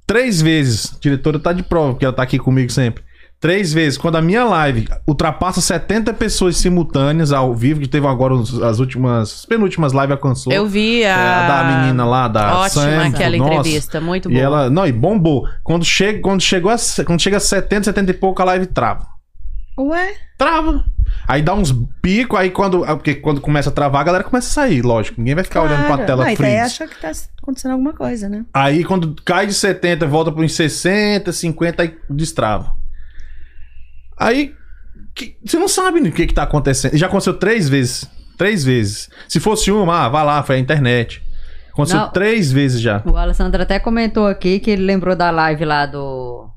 Três vezes, a diretora tá de prova, porque ela tá aqui comigo sempre. Três vezes, quando a minha live ultrapassa 70 pessoas simultâneas ao vivo, que teve agora uns- as últimas, as penúltimas lives alcançou.
Eu vi a.
É, a da menina lá, da
Ótima
Sam,
aquela
nossa.
entrevista. Muito
E
boa.
ela, não, e bombou. Quando chega, quando chegou a, se- quando chega a 70, 70 e pouco, a live trava.
Ué?
Trava. Aí dá uns picos, aí quando, ah, porque quando começa a travar, a galera começa a sair, lógico. Ninguém vai ficar olhando pra
Claro.
tela
é
Não, e daí
freeze.
acha que tá acontecendo alguma coisa, né?
Aí quando cai de 70, volta para uns 60, 50, aí destrava. Aí que- você não sabe o que, que tá acontecendo. Já aconteceu três vezes. Três vezes. Se fosse uma, ah, vai lá, foi a internet. Aconteceu
Não.
três vezes já.
O Alessandro até comentou aqui que ele lembrou da live lá do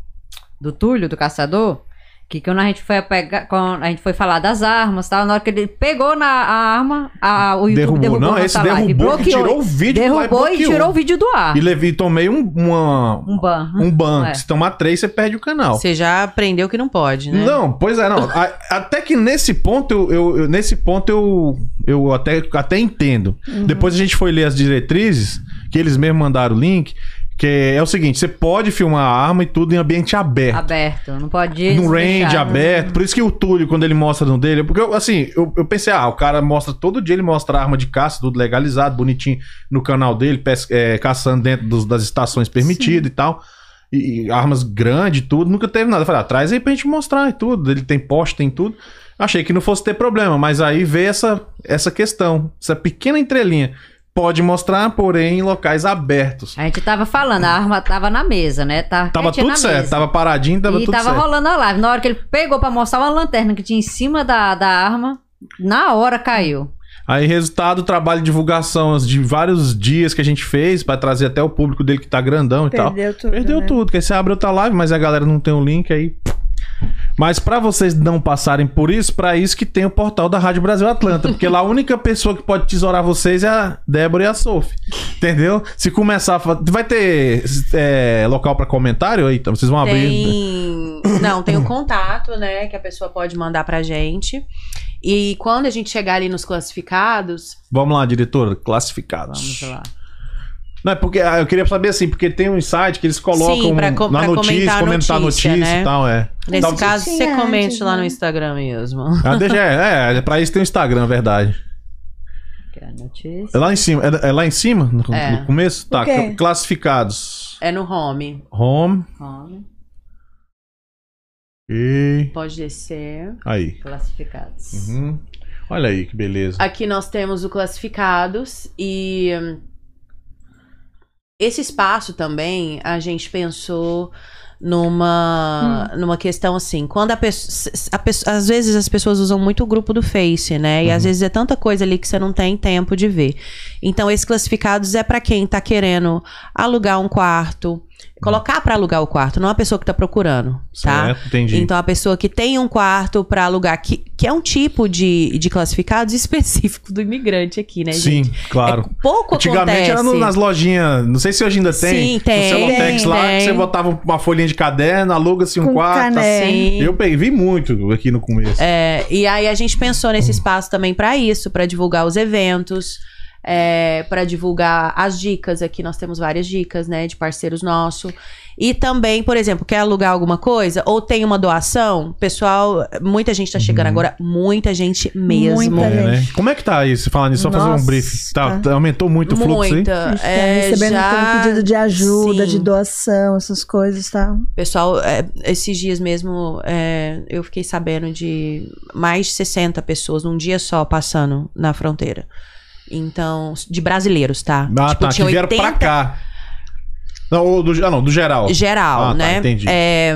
do Túlio, do caçador, que quando a gente foi pegar, quando a gente foi falar das armas, tal, na hora que ele pegou na a arma, a, o YouTube
Derrubou,
derrubou,
não,
nossa
esse
live,
derrubou que
bloqueou.
tirou o vídeo do live,
derrubou e
bloqueou.
tirou o vídeo do ar.
E levei, tomei um, uma,
Um ban.
um ban.
Ah. É.
Se tomar três, você perde o canal.
Você já aprendeu que não pode, né?
Não, pois é, não. A- até que nesse ponto eu, eu- eu- nesse ponto eu, eu até, até entendo. Depois a gente foi ler as diretrizes, que eles mesmos mandaram o link, que é o seguinte: você pode filmar a arma e tudo em ambiente aberto.
Aberto, não pode
No range
fechar. né?
aberto. Por isso que o Túlio, quando ele mostra no dele, porque eu, assim, eu, eu pensei, ah, o cara mostra todo dia, ele mostra a arma de caça, tudo legalizado, bonitinho no canal dele, pesca- é, caçando dentro dos- das estações permitidas e tal. E, e armas grandes e tudo, nunca teve nada. Eu falei, ah, traz aí pra gente mostrar e tudo. Ele tem poste, tem tudo. Achei que não fosse ter problema, mas aí veio essa, essa questão, essa pequena entrelinha. Pode mostrar, porém, em locais abertos.
A gente tava falando, a arma tava na mesa, né? Tava,
Tava
quietinha
tudo
na
certo,
mesa.
tava paradinho, tava
e
tudo
tava
certo.
rolando a live. Na hora que ele pegou pra mostrar uma lanterna que tinha em cima da, da arma, na hora caiu.
Aí, resultado, trabalho de divulgação de vários dias que a gente fez pra trazer até o público dele que tá grandão e tal.
Perdeu tudo.
Perdeu
né?
tudo, que aí você abre outra live, mas a galera não tem o link aí. Mas pra vocês não passarem por isso, pra isso que tem o portal da Rádio Brasil Atlanta, porque lá a única pessoa que pode tesourar vocês é a Débora e a Sophie. Entendeu? Se começar a fa- vai ter é, local pra comentário aí, então vocês vão abrir.
Tem. [COUGHS] Não, tem o contato, né? Que a pessoa pode mandar pra gente. E quando a gente chegar ali nos classificados.
Vamos lá, diretora, classificados.
Vamos lá.
Não, é porque ah, eu queria saber assim, porque tem um site que eles colocam
Sim, pra co-
na
pra
notícia,
comentar a
comentar a notícia,
notícia, né?
e tal, é.
Nesse
Tal-
caso, você
Tinha
comente
antes,
lá
né?
no Instagram mesmo.
Ah, deixa, é, é, pra isso tem o Instagram, é verdade.
Quero. Notícias.
É lá em cima? É, é lá em cima? No,
É.
no começo? Tá.
O quê?
cl- Classificados.
É no home.
Home.
Home.
E.
Pode descer.
Aí.
Classificados.
Uhum. Olha aí que beleza.
Aqui nós temos o classificados e hum, esse espaço também a gente pensou numa numa questão assim, quando a pessoa, às vezes as pessoas usam muito o grupo do Face, né? E às vezes é tanta coisa ali que você não tem tempo de ver. Então esses classificados é pra quem tá querendo alugar um quarto, colocar pra alugar o quarto, não a pessoa que tá procurando, tá?
Certo, entendi.
Então, a pessoa que tem um quarto para alugar, que, que é um tipo de, de classificados [LAUGHS] específico do imigrante aqui, né, gente?
Sim, claro.
É, pouco
Antigamente
acontece.
era no- nas lojinhas, não sei se hoje ainda tem.
Sim, tem,
No Celotex
tem,
lá,
tem.
que você botava uma folhinha de caderno, aluga-se um
Com
quarto.
caneco.
assim.
Sim.
Eu peguei, vi muito aqui no começo.
É, e aí a gente pensou
Hum.
nesse espaço também para isso, para divulgar os eventos, é, para divulgar as dicas. Aqui nós temos várias dicas, né, de parceiros nossos. E também, por exemplo, quer alugar alguma coisa ou tem uma doação, pessoal, muita gente tá
Uhum.
chegando agora, muita gente mesmo.
Muita
É, né?
gente.
Como é que tá isso? Falando nisso, só fazer um
Nossa.
brief. Tá, tá- aumentou muito o fluxo aí?
A
Muita.
gente tá
é,
recebendo
já...
todo pedido de ajuda,
Sim.
de doação, essas coisas, tá?
Pessoal, é, esses dias mesmo é, eu fiquei sabendo de mais de 60 pessoas num dia só passando na fronteira. Então, de brasileiros, tá?
Ah, tá, que vieram pra cá. Não, ou do, ah, não, do geral.
Geral,
Ah, tá,
né?
entendi.
É,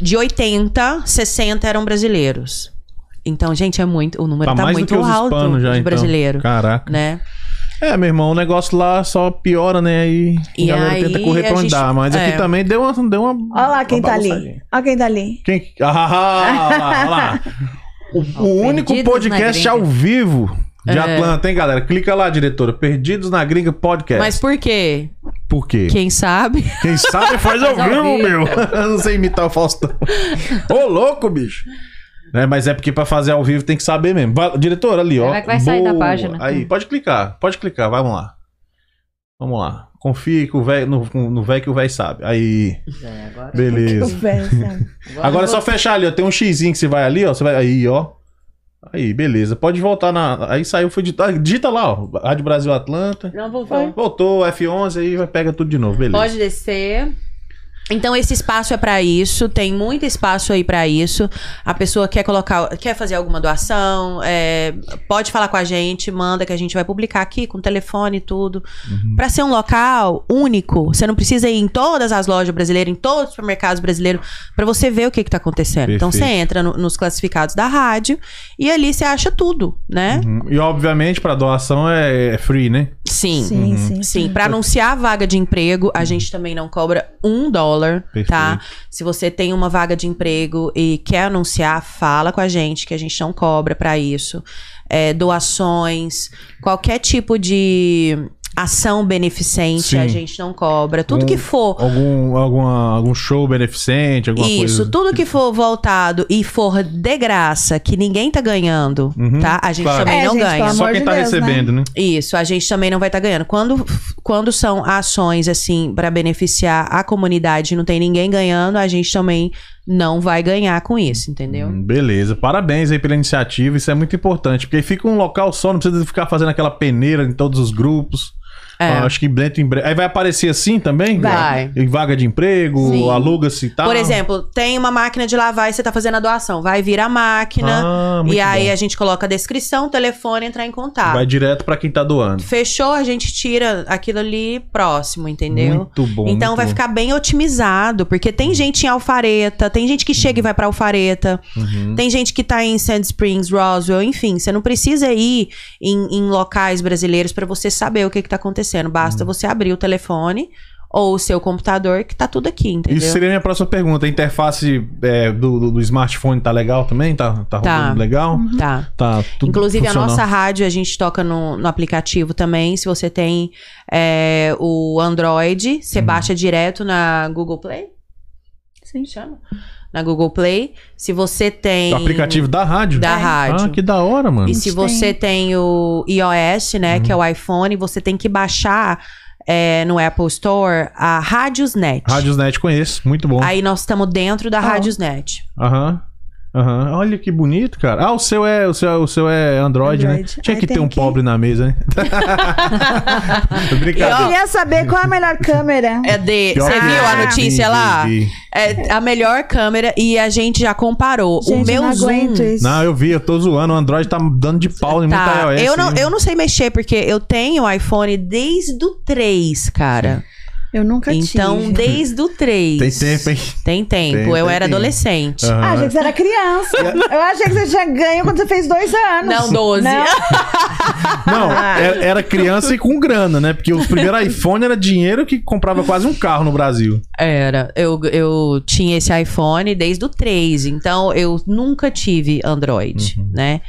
de 80, 60 eram brasileiros. Então, gente, é muito. O número
Tá
tá,
mais do
muito
que os
alto
hispanos já,
de
então.
brasileiro,
Caraca.
né?
É, meu irmão, o negócio lá só piora, né? Aí a
E
galera
aí,
tenta correr pra
a
onde
gente-
dá. Mas
é.
aqui também deu uma. Deu uma
Olha lá quem
uma
tá ali.
bagunçadinha.
Olha quem tá ali.
Quem. [LAUGHS] Ah, olha lá, olha lá. O, o único
Perdidos
podcast
na
ao
Gringa.
vivo de
É.
Atlanta, hein, galera? Clica lá, diretora. Perdidos na Gringa Podcast.
Mas por quê?
por quê?
Quem sabe?
Quem sabe
[LAUGHS]
faz ao
Faz ao
vivo,
vivo.
meu. [LAUGHS] Eu não sei imitar o Faustão. Ô, louco, bicho. Né, mas é porque pra fazer ao vivo tem que saber mesmo. Vai, diretor, ali, ó.
Vai- vai sair da
Boa.
página.
Aí, pode clicar, pode clicar, vamos lá. Vamos lá. Confie que o véio, no, no véio que o véio sabe. Aí,
É, agora-
beleza.
Conversa.
Agora é só fechar ali, ó. Tem um xizinho que você vai ali, ó. Você vai aí, ó. Aí, beleza. Pode voltar na. Aí saiu, foi digita, digita lá, ó. Rádio Brasil Atlanta.
Não,
Voltou, F11, aí vai- pega tudo de novo, beleza.
Pode descer. Então esse espaço é pra isso, tem muito espaço aí pra isso. A pessoa quer colocar, quer fazer alguma doação, é, pode falar com a gente, manda que a gente vai publicar aqui com telefone e tudo.
Uhum.
Pra ser um local único, você não precisa ir em todas as lojas brasileiras, em todos os supermercados brasileiros, pra você ver o que que tá acontecendo. Então você
Perfeito.
entra no- nos classificados da rádio e ali você acha tudo, né?
Uhum. E obviamente pra doação é, é free, né?
[LAUGHS] Sim.
Sim, sim.
Sim, pra anunciar a vaga de emprego,
Hum.
a gente também não cobra um dólar, tá? Se você tem uma vaga de emprego e quer anunciar, fala com a gente, que a gente não cobra pra isso. É, doações, qualquer tipo de ação beneficente,
Sim.
a gente não cobra. Tudo que
Um-
for.
Algum, alguma, algum show beneficente, alguma coisa.
Isso, tudo que for voltado e for de graça, que ninguém tá ganhando,
Uhum,
tá? A gente
claro.
também
É,
não
gente,
ganha.
pelo
Só
amor
quem
de
tá
Deus, né?
recebendo, né?
Isso, a gente também não vai estar ganhando. Quando, quando são ações, assim, para beneficiar a comunidade, não tem ninguém ganhando, a gente também não vai ganhar com isso, entendeu?
Hum, Beleza, parabéns aí pela iniciativa, isso é muito importante, porque fica um local só, não precisa ficar fazendo aquela peneira em todos os grupos.
É.
Ah, acho que dentro em breve. Aí vai aparecer assim também?
Vai.
Em vaga de emprego,
Sim.
aluga-se e tal.
Por exemplo, tem uma máquina de lavar e você tá fazendo a doação. Vai vir a máquina,
ah, muito
né? e aí ah,
bom.
a gente coloca a descrição, telefone, entrar em contato.
vai direto pra quem tá doando.
Fechou, a gente tira aquilo ali próximo, entendeu?
Muito bom.
Então
muito bom.
vai
Hum.
ficar bem otimizado, porque tem gente em Alfareta, tem gente que chega e vai pra Alfareta,
Uhum.
Tem gente que tá em Sand Springs, Roswell, enfim, você não precisa ir em, em locais brasileiros pra você saber o que, que tá acontecendo.
Hum.
Basta você abrir o telefone ou o seu computador, que tá tudo aqui, entendeu?
Isso seria a minha próxima pergunta. A interface é, do, do- do smartphone tá legal também? Tá, tá
Tá.
rodando legal?
Tá.
Tá tudo
Inclusive, a
funcional.
nossa rádio a gente toca no, no aplicativo também. Se você tem é, o Android,
Hum.
você baixa direto na Google Play. Sim, chama. Na Google Play. Se você tem.
O aplicativo da rádio?
da rádio.
Ah, que da hora, mano.
E se
Tem.
você tem o iOS, né,
Uhum.
que é o iPhone, você tem que baixar é, no Apple Store a Radiosnet.
Rádiosnet conheço, muito bom.
Aí nós estamos dentro da
Ah.
Radiosnet.
Aham. Aham. Olha que bonito, cara. Ah, o seu é, o seu, o seu é Android,
Android.
né? Tinha
Aí
que ter
tem
um
que-
pobre na
[LAUGHS]
mesa, né?
Eu
Brincadeira.
queria saber qual é
[LAUGHS]
a melhor câmera.
É de.
Pior
Você
que
viu a
é.
notícia
Vi,
lá?
vi, vi.
É a melhor câmera e a gente já comparou.
Gente,
o meu
eu não
zoom.
aguento isso.
Não, eu vi, eu tô zoando. O Android tá dando de pau em
Tá,
muita iOS.
eu não,
aí.
eu não sei mexer, porque eu tenho iPhone desde o 3, cara.
Eu nunca
Então,
tive.
desde o 3.
Tem tempo, hein?
Tem tempo.
Tem,
eu
tem
era
tempo.
adolescente.
Aham.
Ah, achei que você
[LAUGHS]
era criança. Eu achei que você tinha ganho quando você fez dois anos.
Não, 12.
Não.
Não, é- era criança e com grana, né? Porque o primeiro iPhone era dinheiro que comprava quase um carro no Brasil.
Era. Eu, eu tinha esse iPhone desde o 3. Então, eu nunca tive Android, né?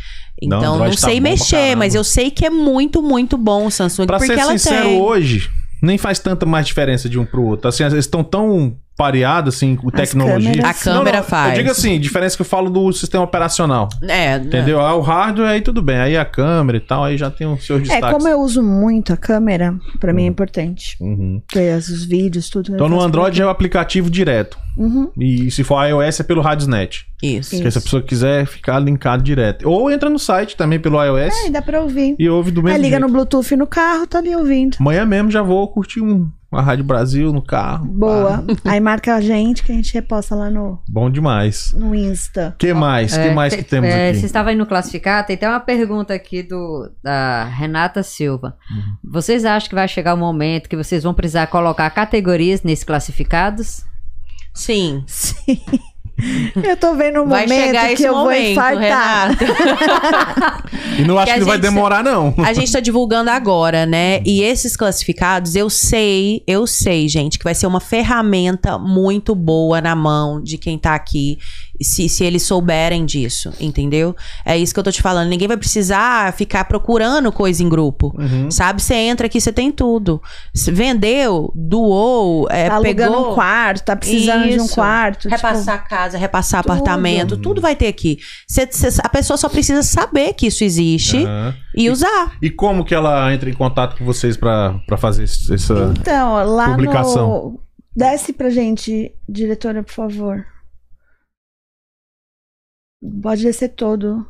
Uhum. Não,
Então, não,
Android tá
sei
bom pra
mexer, mas
caramba.
eu sei que é muito, muito bom o Samsung.
Pra
porque
ser
ela
sincero,
tem.
hoje, nem faz tanta mais diferença de um pro outro. Assim, eles estão tão pareados, assim, com tecnologia.
câmeras.
A câmera faz.
Eu digo assim, diferença que eu falo do sistema operacional.
É, né?
Entendeu? Ah, o hardware, aí tudo bem. Aí a câmera e tal, aí já tem os seus
É,
destaques.
como eu uso muito a câmera, pra mim é importante.
Uhum.
Porque os vídeos, tudo.
Então no Android é o aplicativo direto.
Uhum.
E se for iOS é pelo Radiosnet.
Isso.
Se essa pessoa quiser ficar linkado direto. Ou entra no site também pelo iOS
É.
Aí dá pra ouvir.
e ouve do
Aí
mesmo
liga
jeito.
no Bluetooth no carro, tá ali ouvindo.
Amanhã mesmo já vou curtir um, uma Rádio Brasil no carro.
Boa.
Pá.
Ah.
Aí marca a gente que a gente reposta lá no,
Bom demais.
no Insta.
que mais? que mais que temos
é, Vocês
aqui?
estavam aí no classificar, tem até uma pergunta aqui do da Renata Silva.
Uhum.
Vocês acham que vai chegar o momento que vocês vão precisar colocar categorias nesses classificados?
[LAUGHS] Sim.
Sim. [LAUGHS] Eu tô vendo um
Vai chegar
momento
esse
que eu vou
momento,
infartar.
Renata.
E não acho
que
que,
a
vai
gente-
demorar, não.
A gente tá divulgando agora, né? E esses classificados, eu sei, eu sei, gente, que vai ser uma ferramenta muito boa na mão de quem tá aqui, se, se eles souberem disso, entendeu? É isso que eu tô te falando. Ninguém vai precisar ficar procurando coisa em grupo.
Uhum.
Sabe, você entra aqui, você tem tudo. Se Vendeu, doou, é,
tá alugando
pegou.
um quarto, tá precisando de um
Isso.
quarto. tipo,
Repassar casa, repassar
tudo.
apartamento, tudo vai ter aqui. Cê- cê- a pessoa só precisa saber que isso existe
Aham.
e usar.
E como que ela entra em contato com vocês pra, pra fazer esse- essa.
Então, ó, lá
Publicação.
no. Desce pra gente, diretora, por favor. Pode descer todo.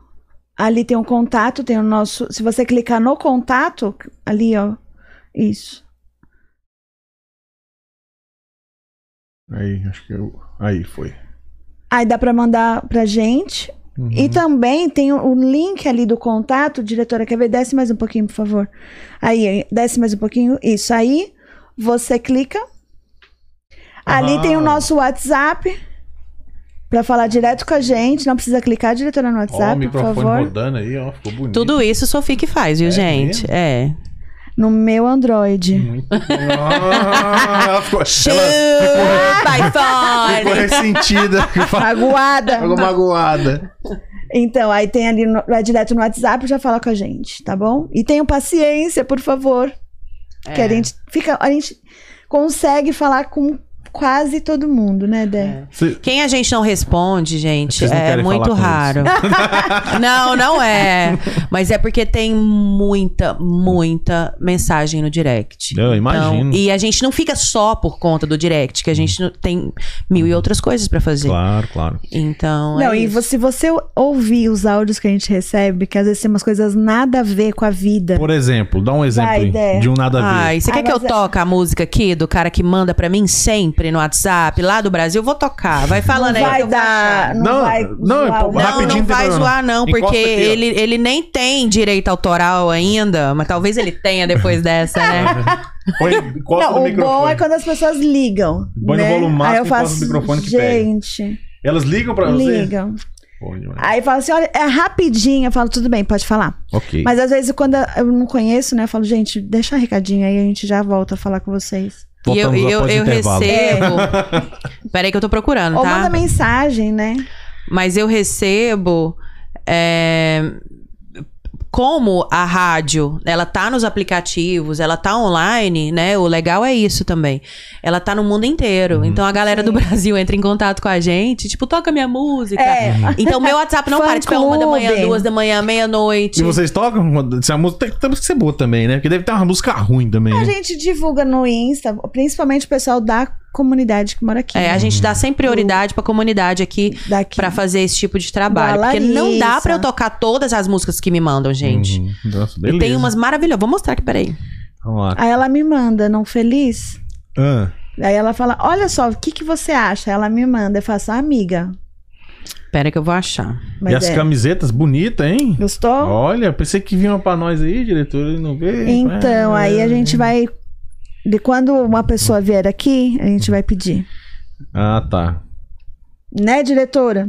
Ali tem um contato, tem o nosso. Se você clicar no contato, ali, ó. Isso.
Aí, acho que eu. Aí foi.
Aí dá pra mandar pra gente.
Uhum.
E também tem o o link ali do contato, diretora, quer ver? Desce mais um pouquinho, por favor. Aí, desce mais um pouquinho. Isso. Aí você clica. Ali
Ah.
tem o nosso WhatsApp pra falar direto com a gente. Não precisa clicar, diretora, no
Ó, o
WhatsApp, por
microfone
favor.
rodando aí, ó. Ficou bonito.
Tudo isso Sofia que faz, viu,
É
gente?
mesmo?
É.
No meu Android.
Muito bom. Ah, ela ficou, [LAUGHS] ela ficou
iPhone!
ressentida.
Magoada.
Ficou magoada.
Então, aí tem ali, no- vai direto no WhatsApp já fala com a gente, tá bom? E tenham paciência, por favor.
É.
Que a gente fica, a gente consegue falar com quase todo mundo, né, Dé?
É.
Cê-
Quem a gente não responde, gente,
Vocês não
é
querem
muito
falar com
raro. [LAUGHS] não, não é. Mas é porque tem muita, muita mensagem no direct.
Eu
Então,
imagino.
e a gente não fica só por conta do direct, que a gente não- tem mil e outras coisas pra fazer.
Claro, claro.
Então.
Não,
é
e
isso.
vo- se você ouvir os áudios que a gente recebe, que às vezes tem umas coisas nada a ver com a vida.
Por exemplo, dá um exemplo
Vai,
aí
Dé.
de um nada a ver.
Ai, você
Ah,
quer que eu
mas é-
toque a música aqui do cara que manda pra mim sempre no WhatsApp, lá do Brasil? Eu Vou tocar. Vai falando
não
aí. que
vai
eu vou achar.
dar. Não,
Não,
vai
não,
zoar
pô,
o-
Não,
Rapidinho,
não
tem
vai
problema,
zoar não,
Encosta
porque
aqui, ó.
ele, ele nem tem direito autoral ainda, mas talvez ele tenha depois dessa, né?
Põe, encosta
Não,
no
o bom
microfone.
é quando as pessoas ligam.
Põe no
né?
volume máximo
Aí eu
e põe no
faço,
microfone que pega.
gente,
Elas ligam pra você?
ligam.
Bom demais.
Aí fala assim, olha, é rapidinho. Eu falo, tudo bem, pode falar.
Ok.
Mas às vezes, quando eu não conheço, né? Eu falo, gente, deixa recadinho aí, a gente já volta a falar com vocês.
E
[LAUGHS]
eu,
Voltamos
eu,
após o
eu
intervalo.
recebo. Peraí que eu tô procurando,
Ou
tá?
É. manda mensagem, né?
Mas eu recebo. é, Como a rádio, ela tá nos aplicativos, ela tá online, né? O legal é isso também. Ela tá no mundo inteiro. Então a galera do Brasil entra em contato com a gente, tipo, toca minha música.
É.
Então meu WhatsApp [LAUGHS] não
Fã
para, tipo, é uma da manhã,
clube.
duas da manhã, meia-noite.
E vocês tocam? quando- Se a música tem, tem que
Ah,
ser boa também, né? Porque deve ter uma música ruim também.
A
Né?
gente divulga no Insta, principalmente o pessoal da comunidade que mora aqui. né,
É, a gente dá sempre prioridade pra comunidade aqui
Daqui.
pra fazer esse tipo de trabalho.
Da
Porque não dá
Larissa.
pra eu tocar todas as músicas que me mandam, gente.
Uhum. Nossa,
E
beleza.
tem umas maravilhosas. Vou mostrar aqui, peraí.
Vamos lá.
Aí ela me manda, não feliz?
Ah,
Aí ela fala, olha só, o que, que você acha? Ela me manda, eu faço, amiga.
Pera que eu vou achar.
e
Mas
as
é,
camisetas bonitas, hein?
gostou?
Olha, pensei que vinha pra nós aí, diretor, e não veio.
Então,
Ah,
aí a gente vai. De quando uma pessoa vier aqui, a gente vai pedir.
Ah, tá.
Né, diretora?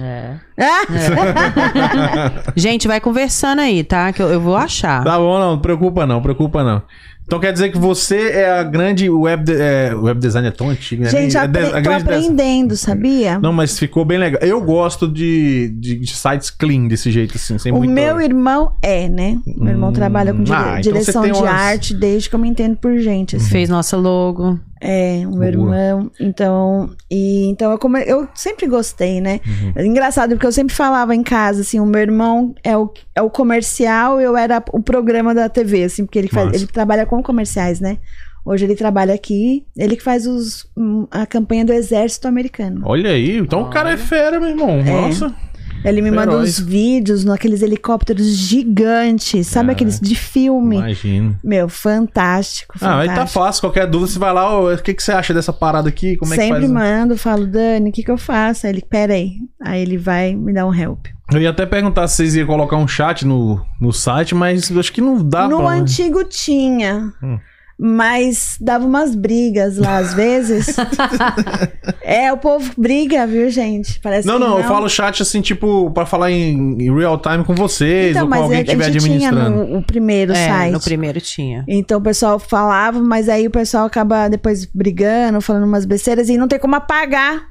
É.
Ah,
Gente, vai conversando aí, tá? Que eu, eu vou achar.
Tá bom, não, não preocupa não, preocupa não. Então quer dizer que você é a grande web, de- é, web design é tão antigo, né?
gente,
é de-
apre- tô
des-
aprendendo, sabia?
Não, mas ficou bem legal. Eu gosto de, de, de sites clean desse jeito, assim, sem
O
muito.
meu irmão é, né? Meu irmão
Hum,
trabalha com dire-
ah, então
direção
você
de
tem umas-
arte desde que eu me entendo por gente. assim.
Fez nossa logo.
É,
Hum,
o meu
Boa.
irmão. Então, e, então eu, come- eu sempre gostei, né?
Uhum.
É Engraçado, porque eu sempre falava em casa, assim, o meu irmão é o, é o comercial, eu era o programa da TV, assim, porque ele, faz-
Massa.
ele trabalha com comerciais, né? Hoje ele trabalha aqui, ele que faz os, hum, a campanha do exército americano.
Olha aí, então o cara é fera, meu irmão. Nossa.
Ele me manda
Feroz.
uns vídeos naqueles helicópteros gigantes, sabe
Caraca.
aqueles de filme?
Imagina.
Meu, fantástico,
Ah, aí
fantástico.
tá fácil. Qualquer dúvida, você vai lá, ó, o que, que você acha dessa parada aqui? Como é que
Sempre
faz?
mando, falo, Dani, o que, que eu faço? Aí ele, peraí. Aí ele vai me dar um help.
Eu ia até perguntar se vocês iam colocar um chat no, no site, mas eu acho que não dá
no
pra. né?
antigo tinha.
Tá Hum.
Mas dava umas brigas lá
[LAUGHS]
às vezes. [LAUGHS] é, o povo briga, viu, gente? Parece
Não,
que
não, eu falo chat assim, tipo, pra falar em, em real time com vocês
então,
ou com
mas
alguém
a,
que estiver
a gente tinha
administrando.
no, o primeiro
É,
site.
no primeiro tinha.
Então o pessoal falava, mas aí o pessoal acaba depois brigando, falando umas besteiras e não tem como apagar.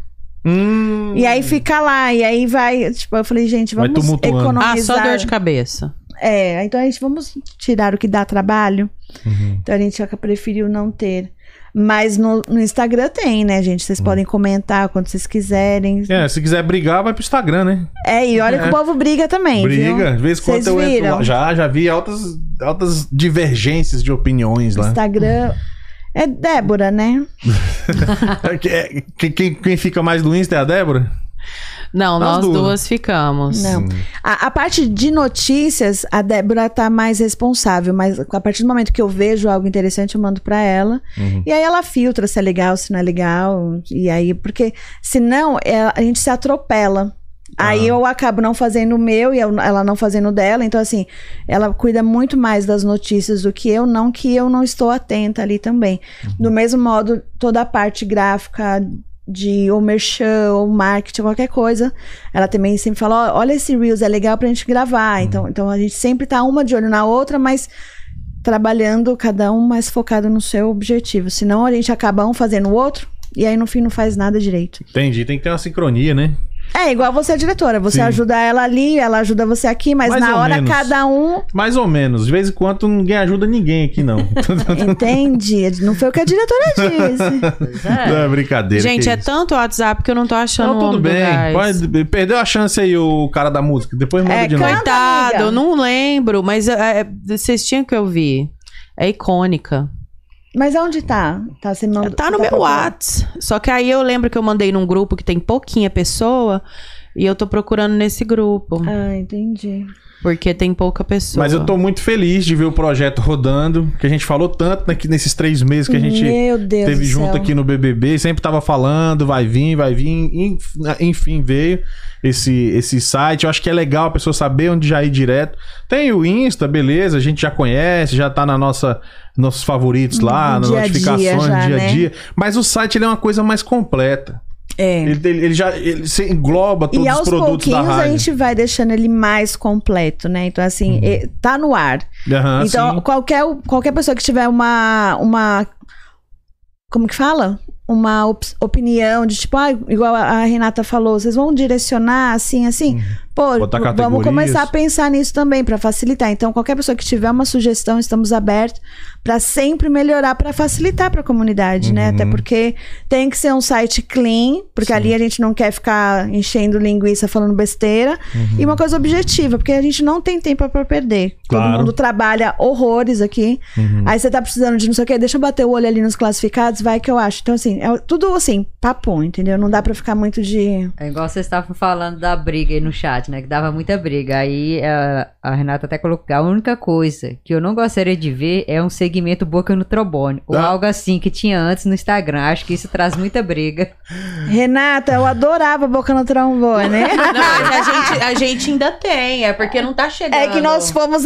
Hum.
E aí fica lá, e aí vai. Tipo, eu falei, gente,
Vai
vamos
tumultuando.
Ah,
economizar.
só dor de cabeça.
É, então a gente vamos tirar o que dá trabalho.
Uhum.
Então a gente acaba- preferiu não ter. Mas no, no Instagram tem, né, gente?
Hum.
Vocês podem comentar quando vocês quiserem.
É, se quiser brigar, vai pro Instagram, né?
É, e olha que
É.
o povo briga também.
Briga.
Viu?
De vez em quando
Vocês
eu entro lá.
viram?
Já, já vi altas, altas divergências de opiniões lá.
Instagram. É Débora, né?
[LAUGHS] Que- é, que- quem, quem fica mais do Insta é a Débora?
Não,
As
nós
duas.
duas, ficamos.
Não. A, a parte de notícias, a Débora tá mais responsável, mas a partir do momento que eu vejo algo interessante, eu mando pra ela.
Uhum.
E aí ela filtra se é legal, se não é legal. E aí, porque senão é, a gente se atropela. Aí
Ah.
eu acabo não fazendo o meu e eu- ela não fazendo o dela. Então, assim, ela cuida muito mais das notícias do que eu, não que eu não estou atenta ali também. Do mesmo modo, toda a parte gráfica de ou merchan, ou marketing, qualquer coisa, ela também sempre fala, ó, olha esse Reels, é legal pra gente gravar. Então, então a gente sempre tá uma de olho na outra, mas trabalhando cada um mais focado no seu objetivo. Senão a gente acaba um fazendo o outro e aí no fim não faz nada direito.
Entendi, tem que ter uma sincronia, né?
É igual você, diretora. Você
Sim.
ajuda ela ali, ela ajuda você aqui, mas
Mais
na
ou
hora
menos.
cada
[LAUGHS]
um
Mais ou menos. De vez em quando ninguém ajuda ninguém aqui,
[LAUGHS]
não.
É. entende. Não foi o que a diretora disse.
Pois
não
é.
é brincadeira.
Gente,
que
é
isso.
tanto WhatsApp que eu não tô
Não,
achando o
tudo
nome do
bem.
gás.
Pode- perdeu a chance aí, o cara da música. Depois manda
É,
de novo.
canta.
Coitado,
amiga.
eu não lembro, mas é, é, vocês tinham que ouvir. É icônica.
Mas aonde tá? Tá, você manda-
Tá no meu
procurando.
Whats. Só que aí eu lembro que eu mandei num grupo que tem pouquinha pessoa e eu tô procurando nesse grupo,
Ah, entendi.
porque tem pouca pessoa.
Mas eu tô muito feliz de ver o projeto rodando, que a gente falou tanto né, que nesses três meses que a gente
Meu Deus
teve
do
junto
céu.
aqui no BBB, sempre tava falando, vai vir, vai vir, enf- enfim veio esse esse site. Eu acho que é legal a pessoa saber onde já ir direto. Tem o Insta, beleza, a gente já conhece, já tá na nossa nossos favoritos lá, nas
No dia a dia
notificações,
já,
dia a
né?
dia. Mas o site ele é uma coisa mais completa.
É.
Ele, ele- ele já ele se engloba todos
E
os
aos
produtos da
pouquinhos a
rádio. Uhum.
gente vai deixando ele mais completo, né? Então, assim, eh, tá no ar.
Aham,
então,
sim.
qualquer, qualquer pessoa que tiver uma. uma como que fala? Uma op- opinião de tipo, ah, igual a a Renata falou, vocês vão direcionar assim, assim. Pô,
Uhum. Botar
vamos
categorias.
começar a pensar nisso também para facilitar. Então, qualquer pessoa que tiver uma sugestão, estamos abertos para sempre melhorar, para facilitar para a comunidade, né?
Uhum.
Até porque tem que ser um site clean, porque ali a gente não quer ficar enchendo linguiça falando besteira. E uma coisa objetiva, porque a gente não tem tempo para perder.
Claro.
Todo mundo trabalha horrores aqui. Aí você tá precisando de não sei o quê, deixa eu bater o olho ali nos classificados, vai que eu acho. Então, assim, é tudo assim, papo, entendeu? Não dá para ficar muito de.
É igual vocês estavam falando da briga aí no chat, né? Que dava muita briga. Aí a, a Renata até colocou: a única coisa que eu não gostaria de ver é um segmento boca no trombone. Ou
Ah.
algo assim que tinha antes no Instagram. Acho que isso traz muita briga.
Renata, eu adorava Boca né? no
[LAUGHS]
Trombone.
Não, mas a gente, a gente ainda tem, é porque não tá chegando.
É que nós fomos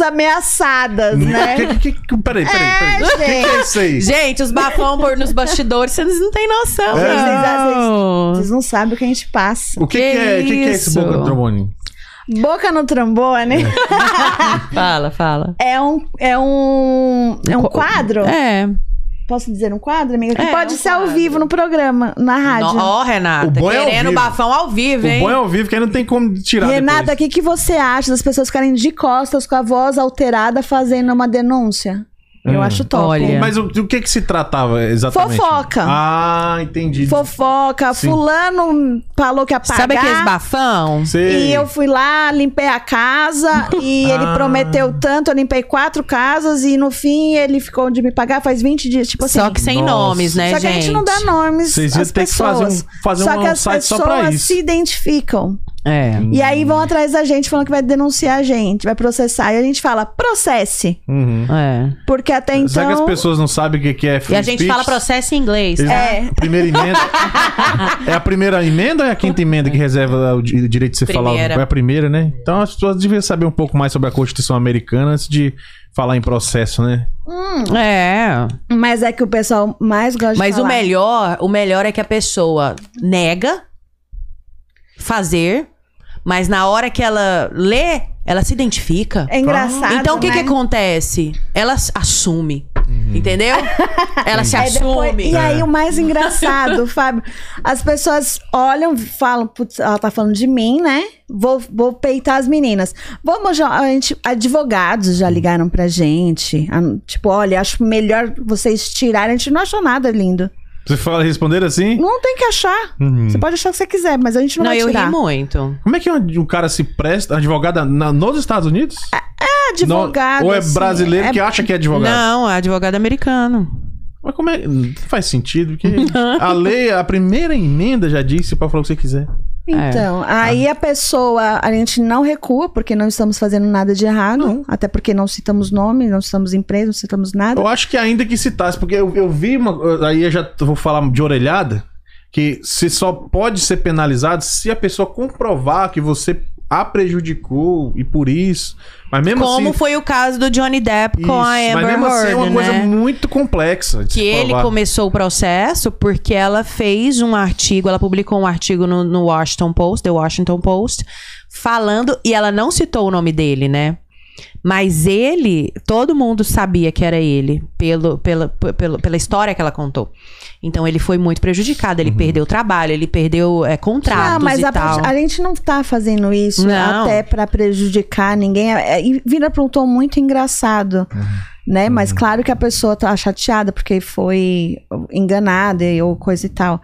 [LAUGHS]
ameaçadas, né?
Que- que- que- Peraí, peraí, peraí. O que que é isso aí?
Gente, os bafão por nos bastidores, vocês não têm noção,
É.
não.
Vocês não sabem o que a gente passa.
O que, que,
Que
é, o que, que é esse
isso?
boca do trombone?
Boca no Trombone
É. Fala, fala.
é um, é um, é um
Co-
quadro.
É.
Posso dizer um quadro, amiga? Que
É,
pode
um
ser ao
quadro.
vivo no programa, na rádio. né?
Ó, Renata,
O bom é ao
querendo
vivo.
bafão ao vivo,
O
hein?
bom é ao vivo, que aí não tem como tirar
Renata, o
depois.
que, que você acha das pessoas ficarem de costas com a voz alterada fazendo uma denúncia? Eu
Hum.
acho top.
Olha.
Mas o, do que que se tratava exatamente?
Fofoca.
Ah, entendi.
Fofoca,
Sim.
fulano falou que ia pagar.
Sabe aqueles bafão?
Sei.
E eu fui lá, limpei
[LAUGHS]
a casa e ele
Ah.
prometeu tanto, eu limpei quatro casas e no fim ele ficou de me pagar faz 20 dias, tipo assim.
Só que sem
Nossa.
nomes, né,
Só que a gente não dá nomes
Vocês iam
às
ter que fazer
pessoas.
um, fazer
só
um
que as
site só
pessoas
pra isso. Hum.
se identificam.
É.
E aí vão atrás da gente falando que vai denunciar a gente, vai processar. E a gente fala, processe.
Uhum.
É.
Porque até então.
Será que as pessoas não sabem o que que é
E
free
a gente
speech?
fala processo em inglês.
Eles-
tá?
É.
Primeira
[LAUGHS]
emenda. é a primeira emenda ou é a quinta emenda que reserva o di- o direito de você
Primeira.
falar? É a primeira, né? Então as pessoas deviam saber um pouco mais sobre a Constituição Americana antes de falar em processo, né?
É.
Mas é que o pessoal mais gosta
Mas
de
o
falar.
melhor, o melhor é que a pessoa nega fazer, mas na hora que ela lê, ela se identifica.
É engraçado.
Então o que
né?
que acontece? Ela s- assume,
Uhum. [LAUGHS]
entendeu? Ela se
Aí depois-
assume.
e
É.
aí, o
[LAUGHS]
mais engraçado, Fábio, as pessoas olham, falam, putz, ela tá falando de mim, né? Vou, vou peitar as meninas. Vamos, já, a gente, advogados já ligaram pra gente. a- tipo, olha, acho melhor vocês tirarem. A gente não achou nada lindo.
Você fala responder assim?
Não tem que achar.
Uhum.
Você pode achar o que você quiser, mas a gente não,
Não,
vai
eu
tirar.
ri muito.
Como é que um, um cara se presta, advogada na- nos Estados Unidos?
É
Advogado.
Não- ou é
assim,
brasileiro
é-
que acha que é advogado?
Não, advogado americano.
Mas como é? Não faz sentido,
[LAUGHS]
porque a lei, a primeira emenda já disse pra falar o que você quiser.
Então, aí a pessoa, a gente não recua, porque não estamos fazendo nada de errado. Até porque não citamos nome, não citamos empresa, não citamos nada.
Eu acho que ainda que citasse, porque eu, eu vi uma. Aí eu já t- vou falar de orelhada, que se só pode ser penalizado se a pessoa comprovar que você a prejudicou e por isso. Mas mesmo
Como
assim.
foi o caso do Johnny Depp
Isso,
com a
mas
Amber
mesmo assim é uma
Heard,
coisa
né?
muito complexa. de se
Que ele
provar.
começou o processo porque ela fez um artigo, ela publicou um artigo no, no Washington Post, The Washington Post, falando, e ela não citou o nome dele, né? Mas ele, todo mundo sabia que era ele, pelo, pela, p- pelo- pela história que ela contou. Então ele foi muito prejudicado,
Uhum.
ele perdeu trabalho, ele perdeu é, contratos
Ah, mas
e
a,
tal.
a gente não tá fazendo isso
Não.
até pra prejudicar ninguém. É, é, e vira pra um tom muito engraçado. Né? Mas claro que a pessoa tá chateada porque foi enganada e- ou coisa e tal.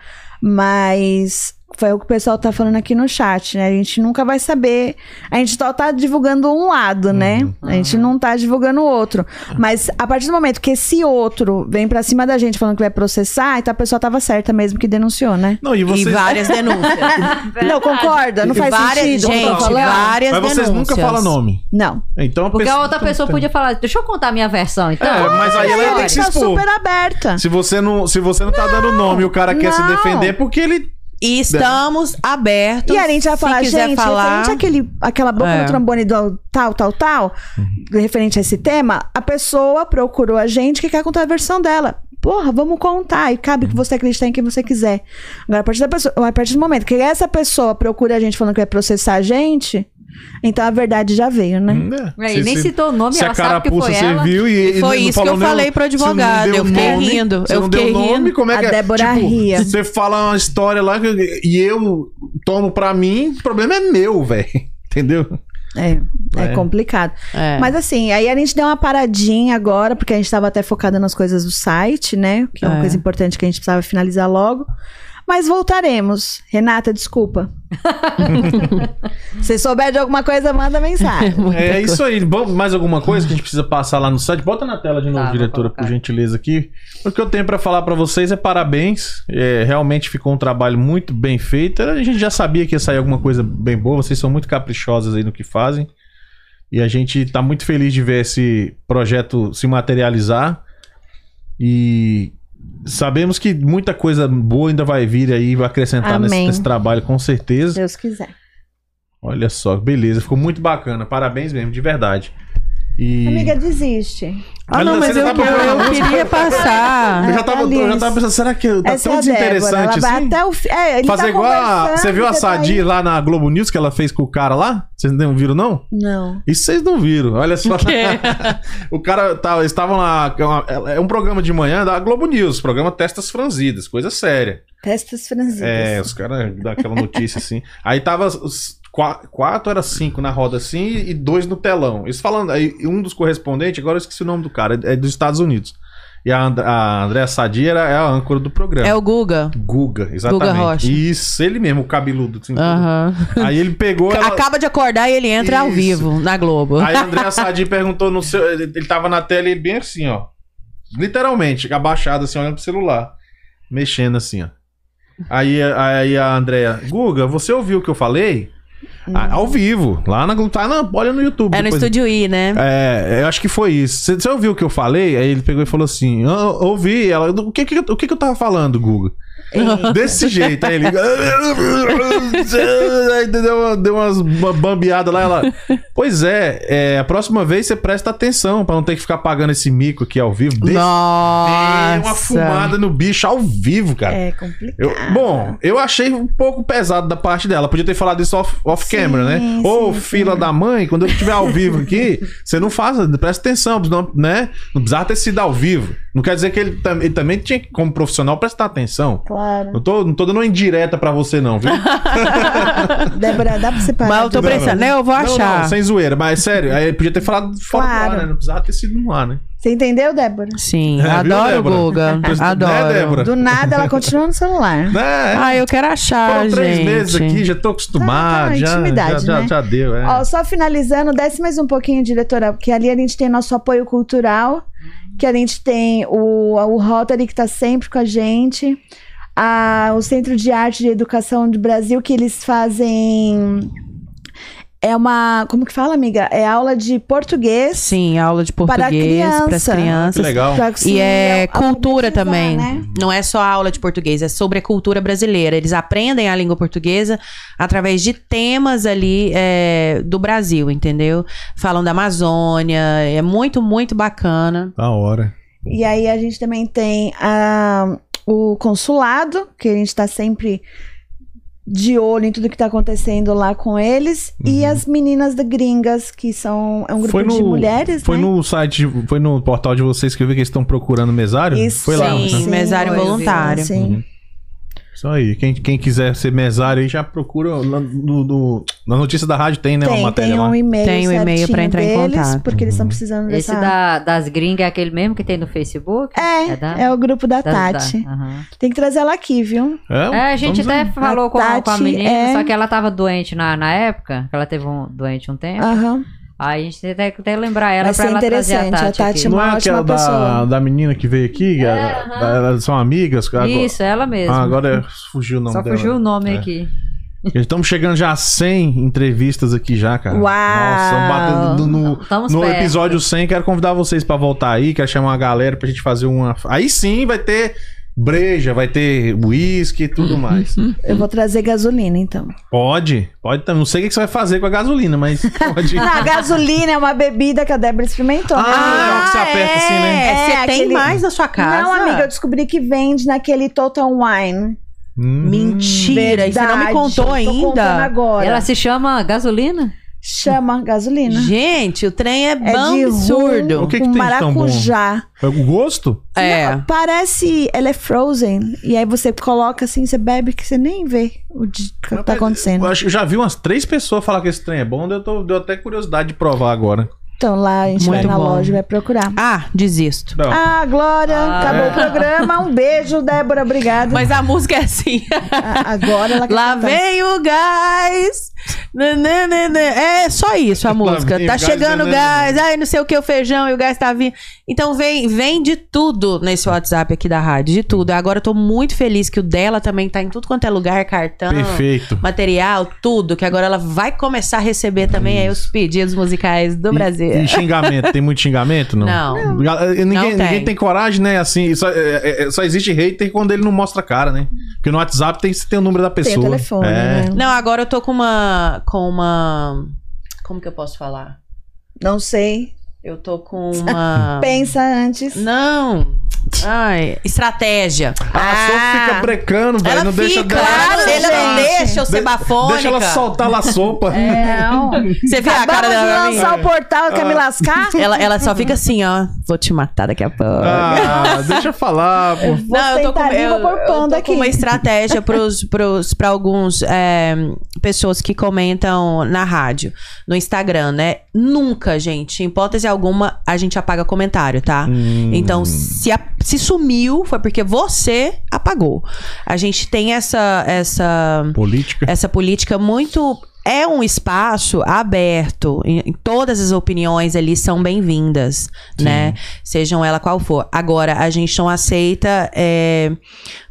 Mas foi o que o pessoal tá falando aqui no chat, né? A gente nunca vai saber. A gente só tá divulgando um lado, né? A gente não tá divulgando o outro. Mas a partir do momento que esse outro vem pra cima da gente falando que vai processar, então a pessoa tava certa mesmo que denunciou, né?
Não, e
E
vocês. [LAUGHS]
várias denúncias.
Não, concorda? Não faz
várias,
sentido. o que eu tô
Gente,
falando.
várias
mas vocês nunca
denúncias.
falam nome.
Não.
Então
[LAUGHS] Porque a outra
então,
pessoa
tem-
podia falar: deixa eu contar minha versão, então.
É, mas aí ela tem que se
tá
expor.
super aberta.
Se você não, se você não tá dando nome e o cara quer se
não.
defender, é porque ele.
E estamos abertos.
E a gente vai
então se
falar,
quiser
gente,
falar...
referente àquele, àquela boca
É.
no trombone do tal, tal, tal, referente a esse tema, a pessoa procurou a gente que quer contar a versão dela. Porra, vamos contar. E cabe que você acreditar em quem você quiser. Agora, a partir, da pessoa, a partir do momento que essa pessoa procura a gente falando que vai processar a gente, então a verdade já veio,
Hum.
né?
É, E aí, nem citou o nome,
se
ela
a
sabe que
carapuça
foi
você
ela.
viu e, e
Foi
não
isso que
falou
eu
nenhum-
falei pro
você não
advogado,
deu
eu fiquei rindo,
você
eu
não deu
fiquei
nome,
rindo.
Como é
A
que é? Tipo,
Débora
[LAUGHS]
ria.
Você fala uma história lá que- e eu tomo pra mim, o problema é meu, velho. [LAUGHS] Entendeu?
É, é,
É.
complicado.
É.
Mas assim, aí a gente deu uma paradinha agora, porque a gente estava até focada nas coisas do site, né? Que é uma
É.
coisa importante que a gente precisava finalizar logo. Mas voltaremos.
[LAUGHS]
Renata, desculpa. Se souber de alguma coisa, manda mensagem.
Muita
É
coisa.
isso aí. Vamos- mais alguma coisa que a gente precisa passar lá no site? Bota na tela de novo,
Tá, vou
diretora,
colocar.
por gentileza aqui. O que eu tenho pra falar pra vocês é parabéns. É, realmente ficou um trabalho muito bem feito. A gente já sabia que ia sair alguma coisa bem boa. Vocês são muito caprichosas aí no que fazem. E a gente tá muito feliz de ver esse projeto se materializar. E sabemos que muita coisa boa ainda vai vir aí, vai acrescentar nesse-
Amém.
nesse trabalho, com certeza.
Se Deus quiser.
Olha só, beleza, ficou muito bacana. Parabéns mesmo, de verdade. E.
Amiga, desiste.
Ah, não, mas
você
eu,
tá procurando
eu,
a música?
queria passar.
[LAUGHS] Eu já tava, eu já tava pensando, será que tá
Essa é
tão
a Débora. Ela
desinteressante
vai
assim?
até o fi... é, ele
Fazer
tá
igual a.
conversando,
Você viu a
tá aí.
Sadi lá na Globo News que ela fez com o cara lá? Vocês não viram, não?
Não.
Isso vocês não viram, olha só.
quê?
[LAUGHS] o cara tá, eles estavam lá. é uma- É um programa de manhã da Globo News, programa Testas Franzidas, coisa séria.
Testas franzidas.
É, os caras dão aquela notícia assim. Aí tava os qua- quatro, era cinco na roda assim e dois no telão. Eles falando, aí um dos correspondentes, agora eu esqueci o nome do cara, é dos Estados Unidos. E a, And a Andréa Sadia era, é a âncora do programa.
É o Guga.
Guga, exatamente.
Guga Rocha.
Isso, ele mesmo, o cabeludo. assim, tudo.
Aham.
Aí ele
[LAUGHS]
pegou. ela-
Acaba de acordar e ele entra ao
Isso.
vivo na Globo.
Aí a Andréa Sadi perguntou no seu. Ele ele tava na tela e ele bem assim, ó. Literalmente, abaixado, assim, olhando pro celular. Mexendo assim, ó. Aí, aí a Andréa, Guga, você ouviu o que eu falei? Ah, ao vivo, lá na Globo. Tá, na- olha no YouTube.
[LAUGHS] É no
depois.
Estúdio I, né?
É, eu acho que foi isso. Você, você ouviu o que eu falei? Aí ele pegou e falou assim: "Ah, ouvi. Ela, o que, que eu- o que, que eu tava falando, Guga? Desse jeito. Aí ele. Aí deu, uma, deu umas ba- bambeadas lá. Ela. Pois é, é, a próxima vez você presta atenção pra não ter que ficar pagando esse mico aqui ao vivo. Desse-
Nossa.
Dei uma fumada no bicho ao vivo, cara.
É complicado.
Eu- bom, eu achei um pouco pesado da parte dela. Podia ter falado isso off- off-camera,
Sim,
né?
sim,
Ou
sim.
fila da mãe, quando eu estiver ao vivo aqui, você não faça, presta atenção, senão, né? Não precisava ter sido ao vivo. Não quer dizer que ele, tam- ele também tinha que, como profissional, prestar atenção. [LAUGHS]
Claro.
Não tô, não tô dando uma indireta pra você, não,
[LAUGHS]
viu?
Débora, dá pra separar.
Mas eu tô
tudo?
pensando, né? Eu vou
Não,
achar.
não, sem zoeira, mas sério, aí podia ter falado fora do ar,
Claro.
né? Não precisava ter sido no ar, né?
Você entendeu, Débora?
Sim,
É, viu,
adoro o
Débora?
Guga.
Pois- [LAUGHS] né,
Adoro.
Débora?
Do nada ela continua no celular.
Né?
Ah, eu quero achar,
Foram três
gente.
meses aqui, já tô
Tá,
acostumado,
tá,
já, já,
intimidade,
já,
né?
já deu, é.
Ó, só finalizando, desce mais um pouquinho, diretora, porque ali a gente tem nosso apoio cultural, que a gente tem o, o Rotary que tá sempre com a gente, a- o Centro de Arte e Educação do Brasil, que eles fazem. É uma. Como que fala, amiga? É aula de português.
Sim, aula de
Para
português para as
criança.
que
crianças.
legal.
pra se
é cultura
alfabetizar,
também.
né?
Não é só a aula de português, é sobre a cultura brasileira. Eles aprendem a língua portuguesa através de temas ali é, do Brasil, entendeu? Falam da Amazônia, é muito, muito bacana.
Da hora.
E aí a gente também tem ah, o consulado, que a gente está sempre de olho em tudo que está acontecendo lá com eles. E as meninas da gringas, que são é um grupo
Uhum. Foi
de
no-
mulheres,
Foi
né?
no site, de- foi no portal de vocês que eu vi que eles estão procurando mesário?
Isso,
Foi lá.
Sim,
Né?
mesário
foi, eu vi.
voluntário.
Sim.
Uhum. Isso aí. Quem, quem quiser ser mesário aí já procura. lá no- no- na notícia da rádio tem, né? uma
Tem,
matéria
tem
lá. Uhum.
um e-mail
Tem um e-mail pra
certinho
entrar em
deles,
contato.
Porque eles estão precisando
Esse
dessa...
da, das gringas é aquele mesmo que tem no Facebook?
É,
da-
é o grupo da
das-
Tati.
da- aham.
Tem que trazer ela aqui, viu?
É, a gente
Então, vamos-
até falou com,
A
com a
Tati
menina,
é-
só que ela tava doente na, na época, que ela teve um doente um
É.
tempo.
Aham.
Aí a gente tem até, até lembrar ela
Ah. Vai
pra
ser
ela trazer a
interessante,
Tati,
a Tati
aqui.
é
Não
uma
é
ótima
aquela da,
pessoa.
da menina que veio aqui?
É,
que-
aham.
Elas são amigas?
Isso, ela mesma.
Ah, agora fugiu o nome
só
dela.
fugiu o nome
É.
aqui.
Estamos chegando já a 100 entrevistas aqui já, cara.
Uau!
Nossa, é um batendo no,
Estamos
No
perto.
episódio 100, quero convidar vocês pra voltar aí, quero chamar uma galera pra gente fazer uma. Aí sim vai ter breja, vai ter uísque e tudo mais.
Eu vou trazer gasolina, então.
pode, pode também. Não sei o que você vai fazer com a gasolina, mas pode.
Não, a gasolina é uma bebida que a Débora experimentou. né,
Ah,
amiga?
legal que você aperta assim, né?
É,
Você tem
aquele-
mais na sua é casa?
Não, amiga, eu descobri que vende naquele Total Wine.
Hum.
Mentira, e você não me
Verdade,
contou
eu Tô contando
ainda.
agora.
Ela se chama Gasolina?
Chama gasolina.
Gente, o trem é,
É
bom
de
absurdo.
O que que
com
tem de tão bom?
maracujá.
É O gosto?
É.
Parece. Ela é frozen. E aí você coloca assim, você bebe que você nem vê o de- o que tá
Eu
acontecendo.
acho, eu já vi umas três pessoas falar que esse trem é bom, daí eu tô, deu até curiosidade de provar agora.
Então lá a gente vai
Muito
na
bom.
loja e vai procurar.
Ah, desisto.
Não.
Ah, Glória,
Ah.
[LAUGHS]
acabou o programa. Um beijo, Débora, obrigada.
Mas a música
[LAUGHS]
é assim.
A- Agora ela quer
Lá
cantar.
vem o gás. Nã, nã, nã, nã. É só isso a
Lá
música.
vem o
Tá
gás,
chegando
nã,
o
nã,
gás. Ai, não sei o que, o feijão e o gás tá vindo. Então vem, vem de tudo nesse WhatsApp aqui da rádio, de tudo. Agora eu tô muito feliz que o dela também tá em tudo quanto é lugar, cartão.
Perfeito.
Material, tudo, que agora ela vai começar a receber também aí os pedidos musicais do Brasil.
E, e xingamento, tem muito xingamento? Não.
Não.
Gal- eh, Ninguém,
Não tem.
ninguém tem coragem, né? Assim, só, eh, eh, só existe hater quando ele não mostra a cara, né? Porque no WhatsApp tem, tem o número da pessoa.
Tem o telefone,
É.
né?
Não, agora eu tô com uma. com uma. Como que eu posso falar?
Não sei.
Eu tô
[LAUGHS]
com uma.
Pensa antes.
Não! Ai, estratégia.
Ah, só fica brecando, velho.
Ela
não deixa
fica,
dela-
claro,
Deixa-
ela não deixa eu ser
deixa-
bafônica.
Deixa ela soltar lá a sopa.
É.
Não.
Você vê [LAUGHS] a cara
Acabamos
dela.
de
pra mim?
lançar o portal, quer me lascar?
[LAUGHS] Ela, ela só fica assim, ó. Vou te matar daqui a pouco.
Ah, deixa eu falar, pô.
Não, eu tô com,
sentar ali,
eu,
vou pôr
eu
tá panda
tô
aqui.
com uma estratégia
[LAUGHS]
pros, pros, pra alguns é, pessoas que comentam na rádio, no Instagram, né? Nunca, gente, em hipótese alguma, a gente apaga comentário, tá? Então, se, a- se sumiu, foi porque você apagou. A gente tem essa essa
Política.
essa política muito. É um espaço aberto, em, em todas as opiniões ali são bem-vindas, né? Sejam ela qual for. Agora, a gente não aceita é,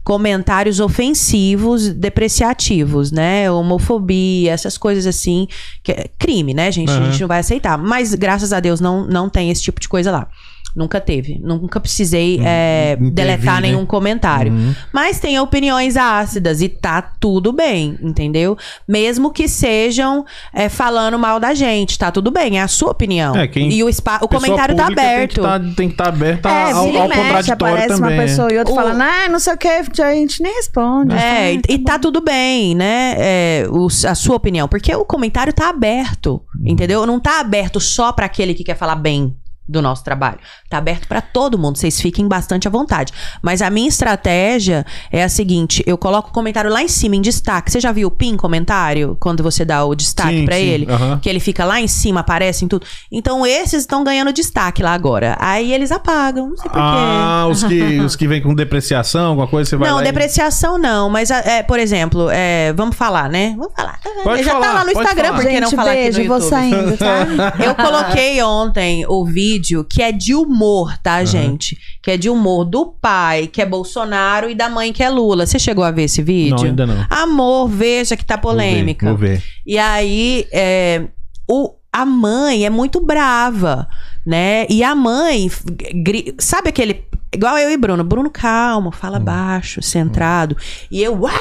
comentários ofensivos, depreciativos, né? Homofobia, essas coisas assim. Que é crime, né, gente? A
Aham.
gente não vai aceitar. Mas, graças a Deus, não, não tem esse tipo de coisa lá. Nunca teve. Nunca precisei é,
intervir,
deletar
né?
nenhum comentário.
Hum.
Mas tem opiniões ácidas e tá tudo bem, entendeu? Mesmo que sejam é, falando mal da gente, tá tudo bem, é a sua opinião.
É, quem-
E o, spa, o
Pessoa
comentário tá
pública
aberto.
Tem que estar aberta
É,
ao,
vira e
ao
mexe,
contraditório
aparece
também. é.
uma pessoa e outra
O-
falando, ah, não sei o que, a gente nem responde.
É, e, e tá tudo bem, né? É, o- a sua opinião. Porque o comentário tá aberto,
Hum.
entendeu? Não tá aberto só pra aquele que quer falar bem do nosso trabalho. Tá aberto pra todo mundo. Vocês fiquem bastante à vontade. Mas a minha estratégia é a seguinte: eu coloco o comentário lá em cima, em destaque. Você já viu o PIN comentário? Quando você dá o destaque
Sim,
pra
sim,
ele?
aham.
Que ele fica lá em cima, aparece em tudo. Então esses estão ganhando destaque lá agora. Aí eles apagam, não sei porquê.
Ah, os
[LAUGHS]
que, os que vêm com depreciação, alguma coisa, você vai
Não,
lá e-
depreciação não, mas é, por exemplo, é, vamos falar, né? Vamos falar.
Pode
já
falar,
tá lá no
pode
Instagram,
falar.
por que
Gente,
não falar
beijo,
aqui no
vou
YouTube?
saindo, tá?
Eu coloquei ontem o vídeo que é de humor, tá, gente? Que é de humor do pai, que é Bolsonaro, e da mãe, que é Lula. Você chegou a ver esse vídeo?
Não, ainda não.
Amor, veja que tá polêmica.
Vou ver.
E aí, é, o, a mãe é muito brava, né? E a mãe, f- gri- sabe aquele. Igual eu e Bruno. Bruno, calma, fala
Hum.
baixo, centrado. E eu, uá!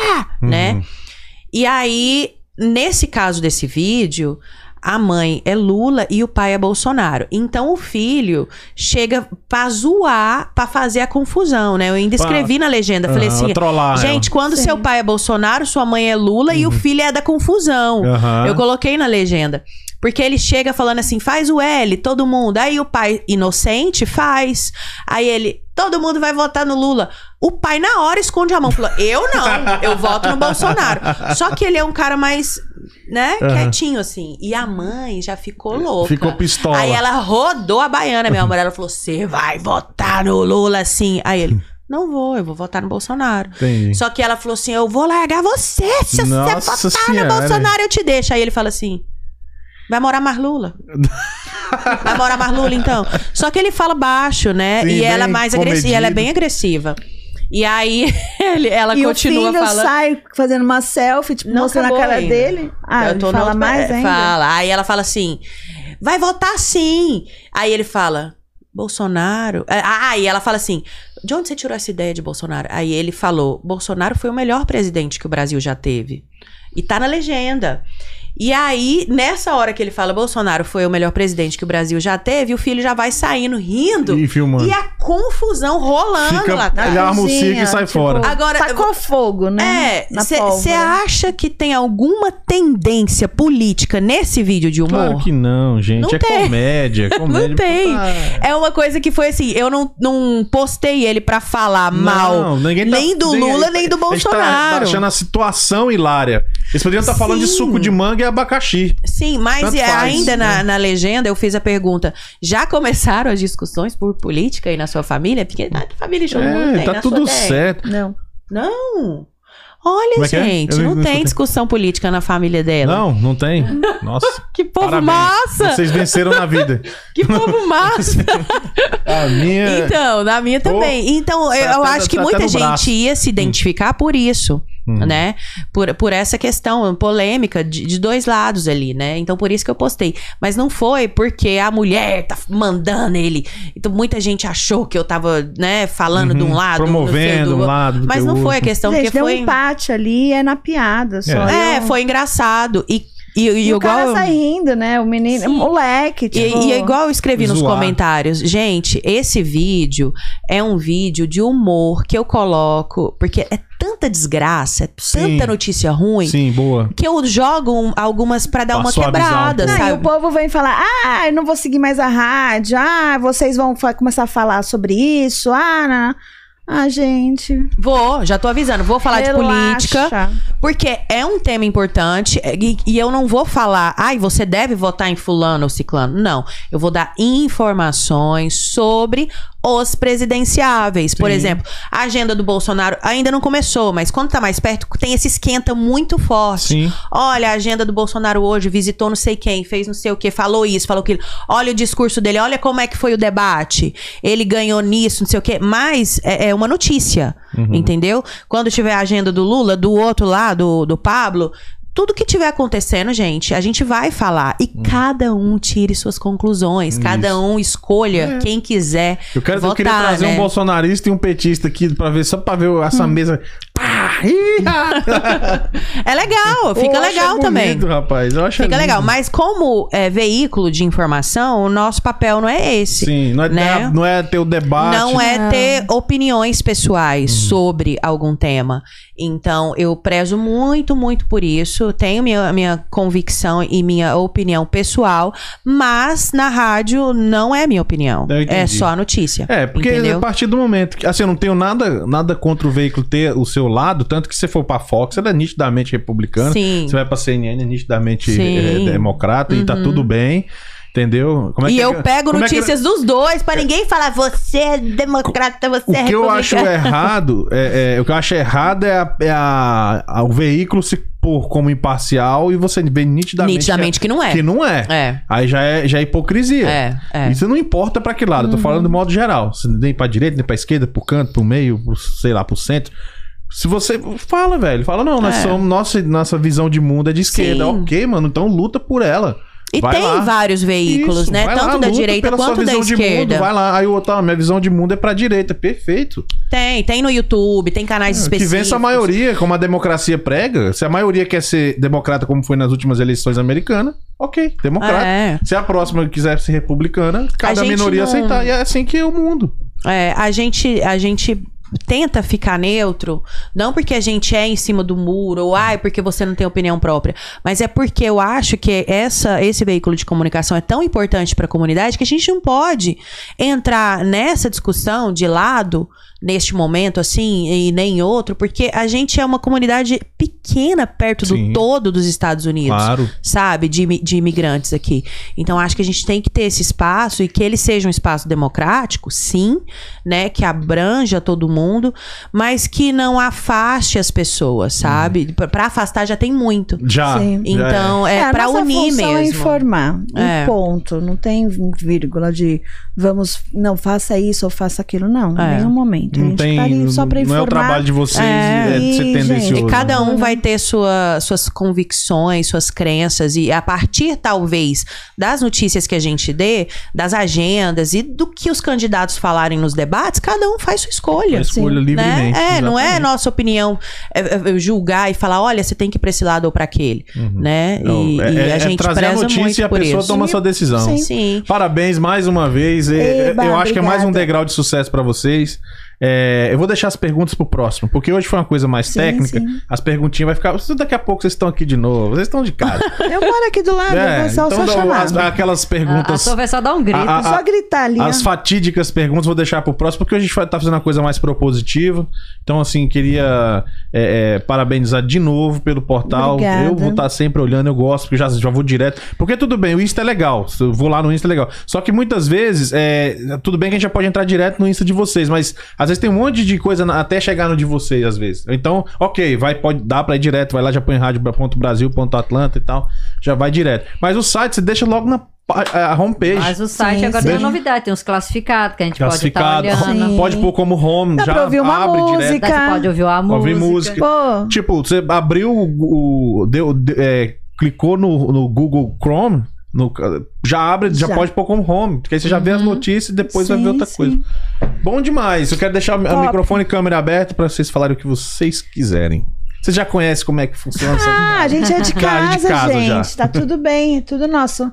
Uhum.
Né? E aí, nesse caso desse vídeo, a mãe é Lula e o pai é Bolsonaro. Então o filho chega pra zoar, pra fazer a confusão, né? Eu ainda
Pra-
escrevi na legenda, falei
Ah,
assim.
trollar ela.
Gente, quando seu pai é Bolsonaro, sua mãe é Lula
Uhum.
e o filho é da confusão.
Aham.
Eu coloquei na legenda. Porque ele chega falando assim, faz o L, todo mundo. Aí o pai, inocente, faz. Aí ele, todo mundo vai votar no Lula. O pai, na hora, esconde a mão. Falou, eu não, eu voto no Bolsonaro. Só que ele é um cara mais, né,
Aham.
quietinho, assim. E a mãe já ficou louca.
Ficou pistola.
Aí ela rodou a baiana, minha amor. Ela falou, você vai votar no Lula, sim. Aí ele, não vou, eu vou votar no Bolsonaro.
Entendi.
Só que ela falou assim: Eu vou largar você. Se
Nossa
você votar
Senhora.
no Bolsonaro, eu te deixo. Aí ele fala assim: Vai morar
[LAUGHS]
mais Lula. Vai morar mais Lula, então. Só que ele fala baixo, né?
Sim,
e ela é
bem
mais
comedido.
agressiva. Ela é bem agressiva. E aí [LAUGHS] ele- [LAUGHS] ela
e o
continua
filho
falando.
sai fazendo uma selfie, tipo,
Não
mostrando a
acabou
cara
ainda.
dele. Ah, ele
no
fala
outro-
mais
é,
ainda.
Fala. Aí ela fala assim: vai votar sim. Aí ele fala: Bolsonaro. É, Ah, e ela fala assim: de onde você tirou essa ideia de Bolsonaro? Aí ele falou: Bolsonaro foi o melhor presidente que o Brasil já teve. E tá na legenda. E aí, nessa hora que ele fala Bolsonaro foi o melhor presidente que o Brasil já teve, o filho já vai saindo rindo.
E filmando.
E a confusão rolando
Fica,
lá atrás.
ele arma o circo e
Cozinha,
sai
tipo,
fora.
Agora,
Tacou fogo, né?
é,
Na
você
pólvora.
acha que tem alguma tendência política nesse vídeo de humor?
Claro que não, gente.
Não
é
tem.
comédia. É comédia.
[LAUGHS] Não tem. É uma coisa que foi assim, eu não, não postei ele pra falar Tá mal.
Não, ninguém
Nem do Lula,
a gente-
nem do
a gente tá- Tá,
Bolsonaro.
achando a situação hilária. Eles poderiam estar falando de
Sim.
suco de manga e abacaxi.
Sim, mas
Tanto
é,
faz,
ainda
né?
na, na legenda eu fiz a pergunta: já começaram as discussões por política aí na sua família? Porque na família de todo mundo
É,
tem,
tá
na
tudo
sua tem.
certo.
Não.
Não. Olha,
Como é que é?
gente,
Eu
não,
não
tem
escutei.
discussão política na família dela.
Não, não tem. Nossa,
Que povo
parabéns.
massa!
Vocês venceram na
[LAUGHS]
vida. [LAUGHS]
Que povo massa!
A minha.
Então, na minha também. então, eu,
é. tá-
eu
tá-
acho que
tá até
muita
no
gente
braço.
ia se identificar por isso,
Hum.
né? Por, por essa questão polêmica de, de dois lados ali, né? Então, por isso que eu postei. Mas não foi porque a mulher tá mandando ele. Então, muita gente achou que eu tava, né, falando de um
Uhum.
lado. não sei,
Promovendo
do-
um lado. do
Mas
que
não
o
foi a
outro.
questão,
Gente,
porque
deu
Então, foi.
um empate ali, é na piada só.
é,
Eu-
foi engraçado. E, e, e
E o
igual.
cara sai rindo, né? O menino,
Sim.
moleque,
E,
tipo...
e é igual eu escrevi nos
zoar.
comentários, gente, esse vídeo é um vídeo de humor que eu coloco, porque é tanta desgraça, é
Sim.
tanta notícia ruim,
Sim, boa.
que eu jogo um- algumas pra dar
Pra
uma
suavizar um
quebrada,
pouco.
Não, e o
sabe?
povo vem falar, ah, eu não vou seguir mais a rádio, ah, vocês vão fa- começar a falar sobre isso, ah, não, não. ah, gente.
Vou, já tô avisando, vou falar de política, porque é um tema importante é, e, e eu não vou falar, ai, você deve votar em fulano ou ciclano. Não, eu vou dar informações sobre os presidenciáveis. Por
Sim.
exemplo, a agenda do Bolsonaro ainda não começou, mas quando tá mais perto, tem esse esquenta muito forte.
Sim.
Olha, a agenda do Bolsonaro hoje visitou não sei quem, fez não sei o que, falou isso, falou aquilo. Olha o discurso dele, olha como é que foi o debate. Ele ganhou nisso, não sei o que. Mas é, é uma notícia, entendeu? Quando tiver a agenda do Lula, do outro lá, do, do Pablo. Tudo que tiver acontecendo, gente, a gente vai falar. E cada um tire suas conclusões. Cada um escolha
É.
quem quiser.
Eu, quero, eu queria
votar,
trazer um
né? Hum.
bolsonarista e um petista aqui pra ver, só pra ver essa mesa. Pá!
[LAUGHS]
Ih,
É legal,
eu
fica
acho
legal
bonito,
também.
rapaz. Eu acho é
Fica
lindo.
legal, mas como é, veículo de informação, o nosso papel não é esse.
Sim, não é,
né?
não é ter o debate. Hum.
Não é ter opiniões pessoais sobre algum tema. Então, eu prezo muito, muito por isso. Tenho minha, minha convicção e minha opinião pessoal, mas na rádio não é minha opinião.
Eu entendi.
É só a notícia.
É, porque a
entendeu?
partir do momento que. Assim, eu não tenho nada, nada contra o veículo ter o seu lado, tanto que se você for pra Fox, ela é nitidamente republicana.
Sim.
Você vai pra CNN, é nitidamente
Sim. Uhum.
eh, democrata, e tá tudo bem. Entendeu? Como é
e
que-
eu pego
como é que-
notícias dos dois pra ninguém falar você é democrata, você
O
é
que eu acho
republicano.
errado, é, é, o que eu acho errado é, a- é a- a- o veículo se pôr como imparcial e você vê nitidamente,
nitidamente que não
que,
é.
que não é.
É,
Aí já é, já é hipocrisia.
é, é. Uhum.
Isso não importa pra que lado, eu tô falando de modo geral. Se nem pra direita, nem pra esquerda, pro canto, pro meio, pro, sei lá, pro centro. Se você. Fala, velho. Fala, não, nós
É.
somos. Nossa, nossa visão de mundo é de esquerda.
Sim.
Ok, mano, então luta por ela.
E
Vai
tem
lá.
vários veículos,
Isso,
né?
vai lá,
Tanto da
luta
direita
pela sua
quanto da
visão de
esquerda.
Mundo, vai lá. Aí o outro, ah, minha visão de mundo é pra direita. Perfeito.
Tem, tem no YouTube, tem canais
É, Que
específicos.
vença a maioria, como a democracia prega. Se a maioria quer ser democrata, como foi nas últimas eleições americanas, ok, democrata.
É,
Se a próxima quiser ser republicana, cada
gente
minoria
não-
aceitar. E é assim que é o mundo.
é, a gente a gente tenta ficar neutro, não porque a gente é em cima do muro, ou ai, porque você não tem opinião própria, mas é porque eu acho que essa esse veículo de comunicação é tão importante para a comunidade que a gente não pode entrar nessa discussão de lado neste momento assim e nem em outro, porque a gente é uma comunidade pequena perto
Sim.
do todo dos Estados Unidos.
Claro.
sabe, de, imi- de imigrantes aqui. Então, acho que a gente tem que ter esse espaço e que ele seja um espaço democrático, sim, né, que abranja todo mundo, mas que não afaste as pessoas, sabe? Pra Para afastar já tem muito.
Já.
Sim.
já é.
Então, é,
a
pra
nossa
unir
função
mesmo.
É informar, um
É.
ponto. Não tem vírgula de vamos, não faça isso ou faça aquilo, não, em
É.
nenhum momento. muito. a
Não
gente
tem.
tá ali só pra
não é
informar.
o trabalho de vocês
É,
é, de ser
e,
tendencioso.
gente,
né?
Cada um vai ter sua- suas convicções, suas crenças, e a partir, talvez, das notícias que a gente dê, das agendas e do que os candidatos falarem nos debates, cada um faz sua escolha.
Faz escolha
né?
livremente,
É, não é
exatamente.
nossa opinião é, é, é, julgar e falar, olha, você tem que ir pra esse lado ou pra aquele. Né?
Uhum. Não,
e,
é,
e
é-
a
é
gente
trazer a
preza muito
notícia e a
por
pessoa
isso.
toma sua decisão.
Sim. Sim.
Parabéns mais uma vez. É,
Eba,
eu acho que é mais um
obrigada.
degrau de sucesso pra vocês. É, eu vou deixar as perguntas pro próximo, porque hoje foi uma coisa mais
Sim,
técnica.
sim.
As perguntinhas vai ficar. "Vocês- Daqui a pouco vocês estão aqui de novo. Vocês estão de casa.
Eu moro aqui do lado,
É,
eu vou só,
então,
só
dá-
chamar.
as- aquelas
A, a
perguntas.
sua vai só dar um grito.
a- a-
só gritar ali.
As
ó.
fatídicas perguntas vou deixar pro próximo, porque a gente vai estar fazendo uma coisa mais propositiva. Então, assim, queria é, é, parabenizar de novo pelo portal.
Obrigada.
Eu vou estar sempre olhando, eu gosto, porque já, já vou direto. Porque tudo bem, o Insta é legal. se Eu vou lá no Insta é legal. Só que muitas vezes, é, tudo bem que a gente já pode entrar direto no Insta de vocês, mas às vezes tem um monte de coisa na- até chegar no de vocês, às vezes. Então, ok, vai, pode dar pra ir direto, vai lá, já põe rádio.brasil.atlanta e tal. Já vai direto. Mas o site você deixa logo na pá- a a homepage.
Mas o site
Sim,
agora tem uma
sim.
novidade, tem uns classificados que a gente
tá Classificado.
pode estar olhando.
Sim.
Pode pôr como home,
Dá
já
pra ouvir uma
abre direto.
música.
Daí Você pode ouvir a música.
Ouvir música.
Pô,
Tipo, você abriu o. o- deu, de- é, clicou no, no Google Chrome. no- já abre, já,
Já.
pode pôr como home. Porque aí você já vê as notícias e depois vai
Sim,
ver outra
sim.
coisa. Bom demais. Eu quero deixar o
Top.
microfone e câmera aberto pra vocês falarem o que vocês quiserem. Vocês já conhecem como é que funciona essa-
ah, a gente é
[LAUGHS]
de
Cara, de
casa,
casa
gente.
já.
Tá tudo bem, é tudo nosso.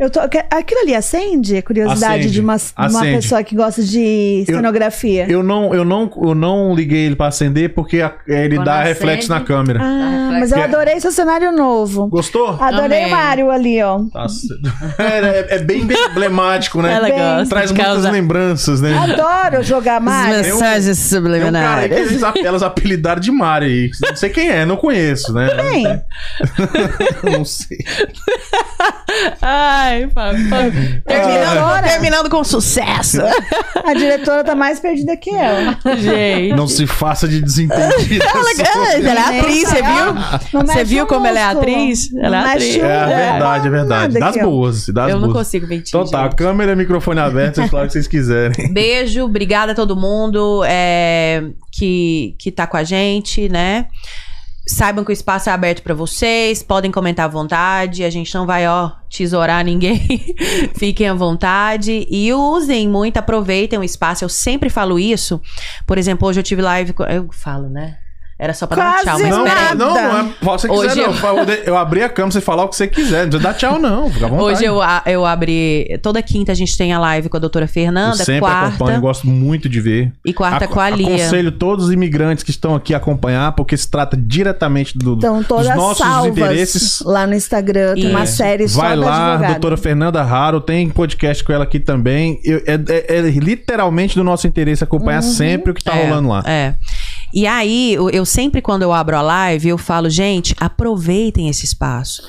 Eu tô, que- aquilo ali acende? É Curiosidade
Acende,
de uma, de uma
acende.
pessoa que gosta de cenografia.
Eu não, eu não, eu não liguei ele pra acender porque a- ele
Quando
dá
acende-
reflexo na câmera.
Ah, mas eu
Que-
adorei seu cenário novo.
Gostou?
Adorei
Amém.
o Mário ali, ó.
Tá certo. [LAUGHS] É, é- é bem, bem emblemático, né?
Ela gosta
Traz muitas lembranças, né?
Adoro jogar Mário.
mensagens Tem um cara aí que eles, ap- elas apelidaram de Mari aí. Não sei quem é, não conheço, né?
Quem?
[LAUGHS] Não sei.
Ai,
[LAUGHS]
Fábio.
Ah.
Fábio. Terminando, terminando com sucesso.
A diretora tá mais perdida que eu.
[LAUGHS]
Gente.
Não se faça de desentendida.
[LAUGHS] Ela, ela é atriz, você viu?
Não um
Você
mexe
viu
o
como ela é
músculo.
atriz? Ela é
Não mexe
atriz.
o-
É, é verdade, é verdade.
Nada
Das
aqui, ó.
boas, das
Eu não
boas.
consigo mentir.
Então tá,
gente.
câmera e microfone aberto, vocês falam o que vocês quiserem.
Beijo, obrigada a todo mundo é, que, que tá com a gente, né? Saibam que o espaço é aberto pra vocês, podem comentar à vontade, a gente não vai, ó, tesourar ninguém. [LAUGHS] Fiquem à vontade e usem muito, aproveitem o espaço. Eu sempre falo isso. Por exemplo, hoje eu tive live. com- Eu falo, né? Era só pra
Quase
dar um tchau, mas
Não,
peraí.
nada.
não, não é. Se você quiser,
Hoje
não.
eu-
Fala- Eu... abri a câmera, você falar o que você quiser. Não precisa dar tchau, não. Fica à vontade.
Hoje eu, a- eu abri. Toda quinta a gente tem a live com a doutora
Eu
Fernanda,
sempre acompanho,
é quarta.
gosto muito de ver.
E quarta
Aco-
com a Lia.
Aconselho todos os imigrantes que estão aqui a acompanhar, porque se trata diretamente do,
Então,
dos
todas
nossos
salvas
interesses.
lá no Instagram. Tem uma
Isso.
série só
Vai
da
lá,
advogada.
doutora Fernanda Haro, tem podcast com ela aqui também. Eu- é, é- é literalmente do nosso interesse acompanhar
Uhum.
sempre o que tá
É,
rolando lá.
É. E aí, eu, eu sempre, quando eu abro a live, eu falo, gente, aproveitem esse espaço.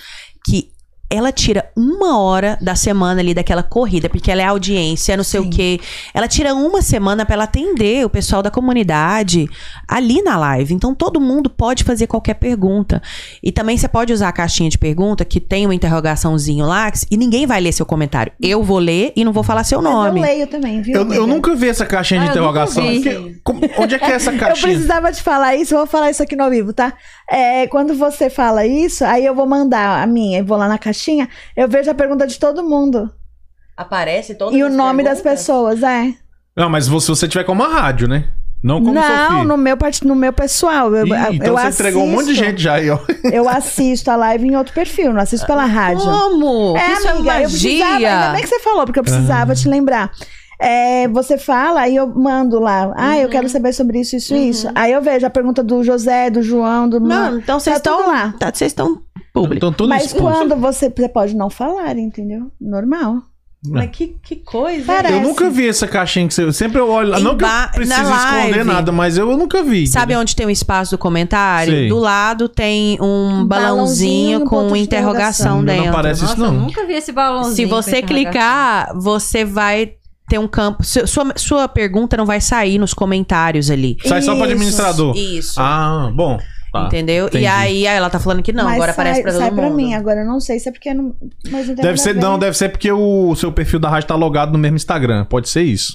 Que ela tira uma hora da semana ali daquela corrida, porque ela é audiência, não sei o quê. Ela tira uma semana pra ela atender o pessoal da comunidade ali na live. Então todo mundo pode fazer qualquer pergunta. E também você pode usar a caixinha de pergunta, que tem uma interrogaçãozinho lá, e ninguém vai ler seu comentário. Eu vou ler e não vou falar seu
Mas
nome.
Eu leio também, viu?
Eu,
amiga?
eu nunca vi essa caixinha de
Ah, eu nunca
interrogação.
vi.
Que- como- onde é que é essa
[LAUGHS] Eu
caixinha?
precisava te falar isso, eu vou falar isso aqui no ao vivo, tá? É, quando você fala isso, aí eu vou mandar a minha e vou lá na caixinha, eu vejo a pergunta de todo mundo.
Aparece todo
e o nome das pessoas, é.
Não, mas você- se você tiver como a rádio, né? Não Então, como
não,
Sofia.
no meu, part... no meu pessoal. Eu,
Ih,
eu
então você
assisto,
entregou um monte de gente já aí, ó.
Eu assisto a live em outro perfil, não assisto pela rádio.
Como?
É,
Isso
amiga,
é
eu precisava, ainda
magia.
bem que você falou, porque eu precisava te lembrar. É, você fala e eu mando lá. Ah, eu
Uhum.
quero saber sobre isso, isso, e isso. Aí eu vejo a pergunta do José, do João, do
Não, então vocês
tá tudo
estão
lá.
Tá, vocês estão público.
Então, tudo
Mas
expulso.
quando você, você pode não falar, entendeu? Normal.
Mas
que, que coisa.
Parece.
É. Eu nunca vi essa caixinha que você. Sempre eu olho. lá.
Em
Não que eu
ba- na
precise esconder
live.
nada, mas eu nunca vi.
Sabe onde tem um espaço do comentário?
Sei.
Do lado tem um balãonzinho
Um balãozinho,
com
ponto de
Não,
interrogação
não
dentro.
aparece isso,
Nossa, eu
não.
nunca vi esse balãozinho.
Se você
com interrogação.
clicar, você vai ter um campo. su- Sua, sua pergunta não vai sair nos comentários ali.
Sai só pra
Isso,
administrador.
Isso.
Ah, bom. Tá.
entendeu?
entendi.
E aí aí ela tá falando que não,
Mas
agora
sai,
aparece pra todo
sai
mundo.
pra mim agora. Eu não sei se é porque não. Mas não tem
Deve
nada
ser,
a ver.
não, deve ser porque o seu perfil da rádio tá logado no mesmo Instagram. Pode ser isso.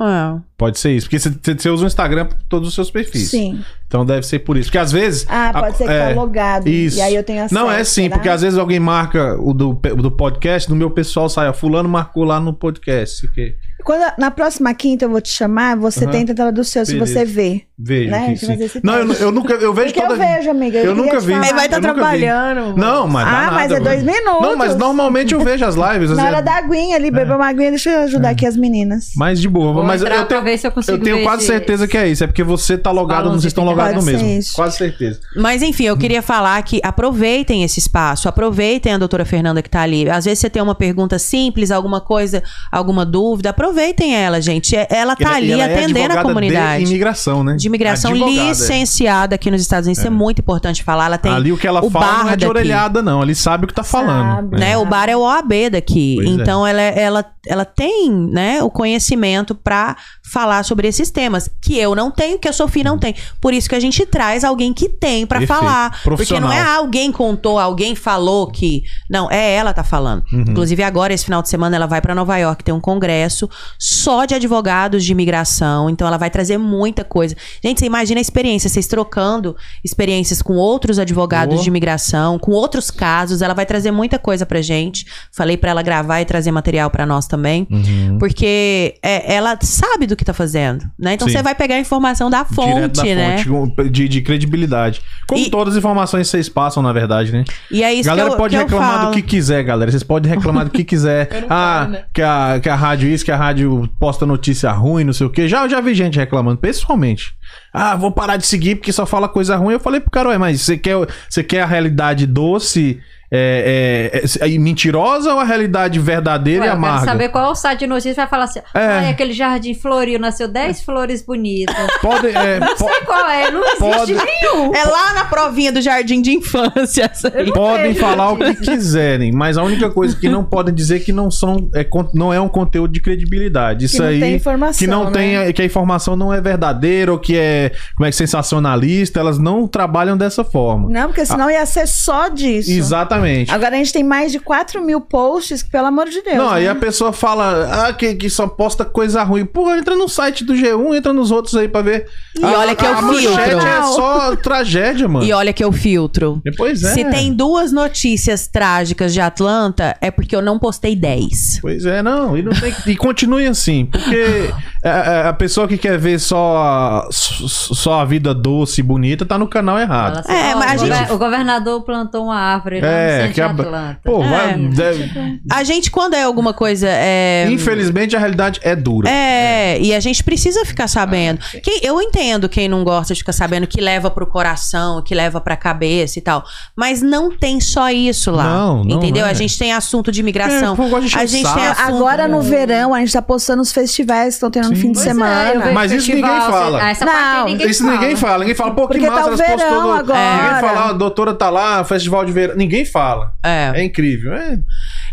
Ah,
Pode ser isso. Porque você- você você usa o Instagram pra todos os seus perfis.
Sim.
Então deve ser por isso. Porque às vezes.
Ah, pode
a-
ser que
é,
tá logado.
Isso.
E aí eu tenho acesso.
Não, é sim,
será?
porque às vezes alguém marca o do, pe- do podcast, no meu pessoal sai, ó, fulano marcou lá no podcast. sei o quê.
Quando, a- na próxima quinta eu vou te chamar, você
Aham.
tenta tela do seu, se
Beleza.
você vê.
Vejo
Né?
que
Tem que
sim.
fazer esse
Não, eu,
teste.
eu nunca eu vejo
Porque
toda
eu vejo, amiga. Eu,
Eu
queria
nunca
te
vi.
falar.
Aí vai estar
Eu nunca vi.
trabalhando.
Não, mas
Ah,
dá nada,
mas é
mano.
dois minutos.
Não, mas normalmente eu vejo as
[LAUGHS]
lives. às
Na
vezes
hora
é-
da aguinha ali, bebeu uma aguinha, deixa eu ajudar aqui as meninas.
Mas de boa,
Vou
mas eu
entrar
eu
pra
tenho,
ver se eu consigo
eu tenho
ver
quase
se-
certeza que é isso. É porque você tá logado,
balãozinho
vocês estão
tem que
logados
Pode ser
é
mesmo.
isso.
Quase certeza.
Mas enfim, eu queria falar que aproveitem esse espaço, aproveitem a doutora Fernanda que tá ali. Às vezes você tem uma pergunta simples, alguma coisa, alguma dúvida, aproveitem ela, gente. É- Ela tá ali
Ela é
atendendo a
advogada
comunidade.
De imigração, né?
De imigração
Advogada, é.
licenciada aqui nos Estados Unidos, isso é muito importante falar. Ela tem
Ali o que ela
o
fala não é
bar
de
daqui.
orelhada, não. Ali sabe o que tá falando.
Sabe.
né?
né?
É.
O bar é o OAB daqui.
Pois é.
então ela, ela, ela tem né, o conhecimento para falar sobre esses temas, que eu não tenho, que a Sofia não tem. Por isso que a gente traz alguém que tem para
Hum. Perfeito.
falar. Porque
Profissional.
não é ah, alguém contou, alguém falou que. Não, é ela tá falando.
Uhum.
Inclusive, agora, esse final de semana, ela vai para Nova York, tem um congresso só de advogados de imigração. Então, ela vai trazer muita coisa. Gente, você imagina a experiência, vocês trocando experiências com outros advogados
Boa.
de imigração, com outros casos. Ela vai trazer muita coisa pra gente. Falei pra ela gravar e trazer material pra nós também.
Uhum.
Porque é, ela sabe do que tá fazendo, né? Então
Sim.
você vai pegar a informação da fonte,
Direto da
né?
fonte, de, de credibilidade. Como
E-
todas as informações que vocês passam, na verdade, né?
E é isso
galera
que eu,
pode
que eu
reclamar
falo.
do que quiser, galera. Vocês podem reclamar
[LAUGHS]
do que quiser. ah,
né?
que, a, que a rádio isso, que a rádio posta notícia ruim, não sei o quê. Já, eu já vi gente reclamando, pessoalmente. Ah, vou parar de seguir porque só fala coisa ruim. Eu falei pro cara, ué, mas você quer, você quer a realidade doce é, é, é, e mentirosa ou a realidade verdadeira
Ué,
e
eu quero
amarga? É.
saber qual é o site de notícias vai falar assim: ai, aquele jardim floriu, nasceu 10 flores bonitas.
Pode,
[LAUGHS]
é, po-
Sei qual é, não existe
Pode-
nenhum.
É lá na provinha do jardim de infância. essa aí.
podem falar o que quiserem, mas a única coisa que não podem dizer é que não são é, con- não é um conteúdo de credibilidade. Isso
que não
aí
tem informação.
que não
né?
tem que a informação não é verdadeira ou que é como é que sensacionalista elas não trabalham dessa forma
Não, porque
Ah.
senão ia ser só disso.
exatamente
Agora a gente tem mais de 4 mil posts, que, pelo amor de Ah, Deus.
não,
né?
aí é a pessoa fala, ah, que, que só posta coisa ruim. Pô, entra no site do G1, entra nos outros aí pra ver.
E olha que eu
a manchete
filtro.
é só tragédia, mano.
E olha que eu filtro.
Pois é.
Se tem duas notícias trágicas de Atlanta, é porque eu não postei 10.
Pois é, não. E, não tem que- e continue assim, porque é, é, a pessoa que quer ver só a, só a vida doce e bonita tá no canal errado.
Fala assim,
É,
"Ó,
mas a
o
gente-
gover- O governador plantou uma árvore lá
É,
no centro
que
de
a-
Atlanta.
Pô, vai.
É.
deve-
A gente, quando é alguma coisa. É,
Infelizmente a realidade é dura.
é, e a gente precisa ficar sabendo.
Ah,
Quem- eu entendo quem não gosta de ficar sabendo que leva pro coração, que leva pra cabeça e tal. Mas não tem só isso lá.
Não, não
Entendeu?
é.
A gente tem assunto
É,
de
o
imigração.
povo gosta de encher
a
o
gente
saco.
tem assunto.
Agora no verão, a gente tá postando os festivais que estão tendo no
né? Sim.
fim de
Pois
Pois é, eu
semana.
vejo
Mas isso
festival,
ninguém
você-
fala.
Ah, essa parte aí
Não,
ninguém
Isso
fala.
ninguém fala, ninguém fala, pô, que
Porque
massa,
tá o
elas
verão
postam todo-
agora.
Ninguém fala, "Ah, a doutora tá lá, festival de verão. Ninguém fala.
É.
É incrível.
[LAUGHS]
É,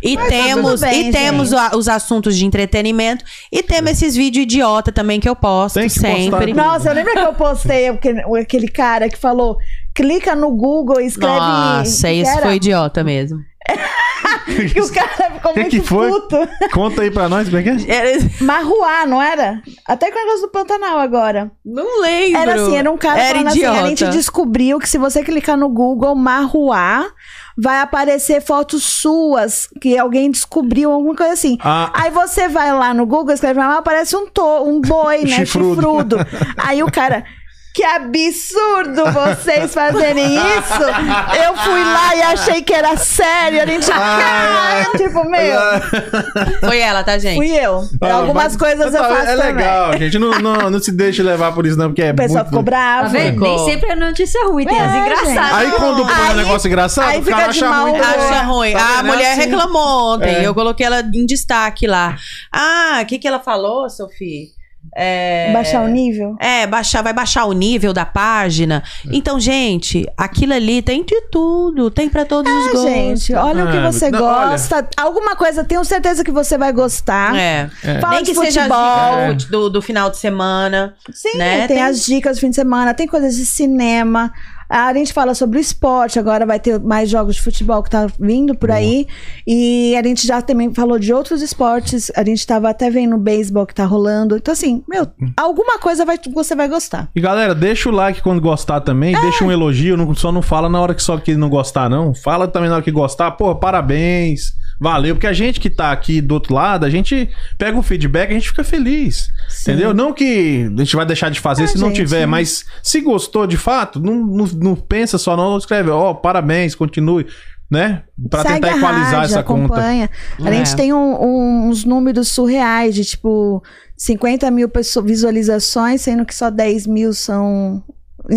E
Mas tá
temos,
tudo bem,
e temos
gente.
a- os assuntos de entretenimento e temos esses vídeos idiota também que eu posto
Tem que
sempre.
postar.
Nossa, eu lembro que eu postei aquele, aquele cara que falou: clica no Google e escreve.
Nossa,
que
isso
era-
foi idiota mesmo.
[LAUGHS] Que o cara ficou
Que
muito
que foi?
puto.
Conta aí pra nós, como é que é?
Marruá, não era? Até com o negócio do Pantanal agora.
Não lembro.
Era assim, era um cara
Era
falando
idiota.
assim, a gente descobriu que se você clicar no Google Marruá, vai aparecer fotos suas que alguém descobriu, alguma coisa assim.
Ah,
Aí você vai lá no Google, escreve Marruá, aparece um, to, um boi, né?
Chifrudo.
Chifrudo. Aí o cara... Que absurdo vocês fazerem isso! Eu fui lá e achei que era sério. A gente.
Ah,
"Caralho", tipo, meu,
Foi ela, tá, gente?
fui eu.
ah, mas-
Algumas coisas eu
tá,
faço
É
também.
legal, gente. Não, não, não se deixe levar por isso, não, porque é
O pessoal
muito...
ficou
Tá
bravo.
vendo? Nem sempre é notícia ruim, tem
É,
as engraçadas.
Aí quando põe um
Aí-
negócio engraçado,
aí
o
fica
cara
de
acha
mau
ruim.
humor.
Acha
também.
ruim.
Tá
a
vendo? É
mulher
assim.
reclamou ontem.
É.
Eu coloquei ela em destaque lá. Ah, o que, que ela falou, Sofia? É...
Baixar o nível.
É, baixar, vai baixar o nível da página.
É.
Então, gente, aquilo ali tem de tudo. Tem pra todos os
Ah,
gostos.
gente, olha o que
Ah,
você
não, olha.
gosta. Alguma coisa, tenho certeza que você vai gostar.
É.
Fala
Nem
de
que seja
futebol.
as dicas do, do final de semana.
Sim,
né?
tem,
Tem-
as dicas do fim de semana, tem coisas de cinema. A gente fala sobre o esporte, agora vai ter mais jogos de futebol que tá vindo por aí. E a gente já também falou de outros esportes. A gente tava até vendo o beisebol que tá rolando. Então, assim, meu, alguma coisa vai, você vai gostar.
E galera, deixa o like quando gostar
É.
também, deixa um elogio, não, só não fala na hora que só que não gostar não, fala também na hora que gostar, pô, parabéns, valeu, porque a gente que tá aqui do outro lado, a gente pega o feedback, a gente fica feliz, entendeu? Não que a gente vai deixar de fazer
Ah,
se não
gente,
tiver, mas se gostou de fato, não, não, não pensa só não, escreve, ó, parabéns, continue, né? Pra
Segue
tentar
a
equalizar
rádio,
essa conta.
acompanha. A
É.
gente tem um- um- uns números surreais de tipo 50 mil pesso- visualizações, sendo que só 10 mil são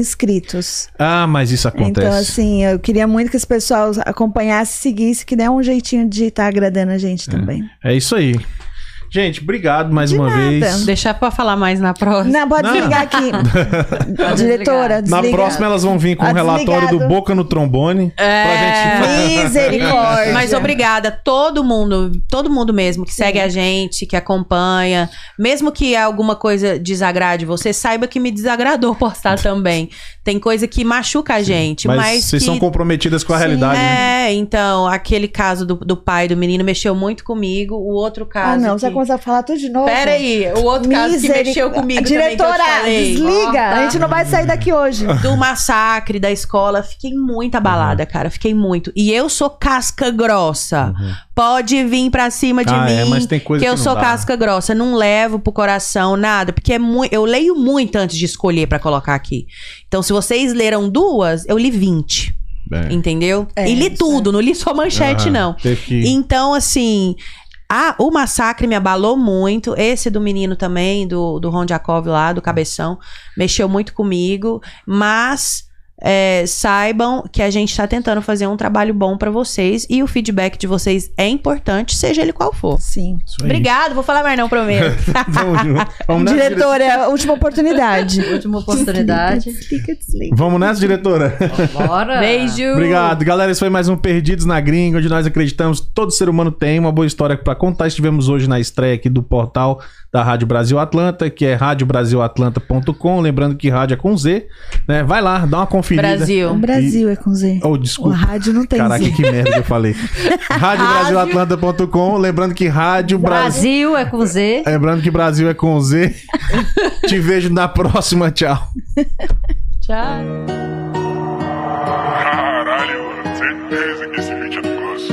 inscritos.
Ah, mas isso acontece.
Então, assim, eu queria muito que esse pessoal acompanhasse, seguisse, que der um jeitinho de estar agradando a gente também.
É isso aí. Gente, obrigado mais uma vez.
Deixar pra falar mais na próxima.
Não, pode
Não.
[LAUGHS]
desligar aqui. Diretora,
Na
desliga.
próxima elas vão vir com o
Tá
relatório do
desligado.
Boca no Trombone. Pra gente.
Misericórdia.
É. Mas obrigada a todo mundo, todo mundo mesmo que segue a gente, que acompanha. Mesmo que alguma coisa desagrade você, saiba que me desagradou [LAUGHS] postar também. Tem coisa que machuca a gente,
Mas,
mas,
vocês
que
são comprometidas com a
Sim,
realidade. né?
É, então, aquele caso do, do pai do menino mexeu muito comigo. O outro caso.
Ah, não,
que...
você vai começar a falar tudo de novo.
Pera aí, o outro caso que
Miseric-
mexeu comigo também, que eu
Diretora,
te falei.
desliga.
Ó, tá.
A gente não vai sair daqui hoje.
[LAUGHS] do massacre da escola. Fiquei muito abalada,
Uhum.
cara. Fiquei muito. E eu sou casca grossa. Pode vir pra cima Uhum. de
Ah,
mim.
é, mas tem coisa
que eu
que não
sou
dá.
casca grossa. Não levo pro coração nada. Porque é mui- eu leio muito antes de escolher pra colocar aqui. Então, se vocês leram duas, eu li 20.
É.
Entendeu?
É,
e li
isso
tudo, não li só manchete,
Ah,
não.
teve que-
Então, assim. a- o massacre me abalou muito. Esse do menino também, do, do Ron Jacob lá, do Cabeção, mexeu muito comigo. Mas é, saibam que a gente está tentando fazer um trabalho bom pra vocês. E o feedback de vocês é importante, seja ele qual for.
Sim.
É Isso aí.
Obrigado, vou falar mais não, prometo.
[LAUGHS] Tamo junto.
[LAUGHS]
Vamos nessa, dire-
Diretora, última oportunidade.
Última
[LAUGHS]
oportunidade.
Desliga, desliga.
Vamos nessa, diretora?
Bora.
Beijo.
Obrigado, galera. Esse foi mais um Perdidos na Gringa, onde nós acreditamos que todo ser humano tem uma boa história pra contar. Estivemos hoje na estreia aqui do portal da Rádio Brasil Atlanta, que é radiobrasilatlanta.com. Lembrando que rádio é com Z, né? Vai lá, dá uma conferida.
O
Brasil.
Brasil é com Z.
Oh,
O
desculpa.
rádio não tem
Caraca,
Z.
que merda que eu
[LAUGHS]
falei. RádioBrasilAtlanta.com. Lembrando que Rádio Brasil.
Brasil é com Z.
Lembrando que Brasil é com Z. Te vejo na próxima. Tchau.
Tchau.
Caralho, mano, certeza que esse vídeo é do nosso.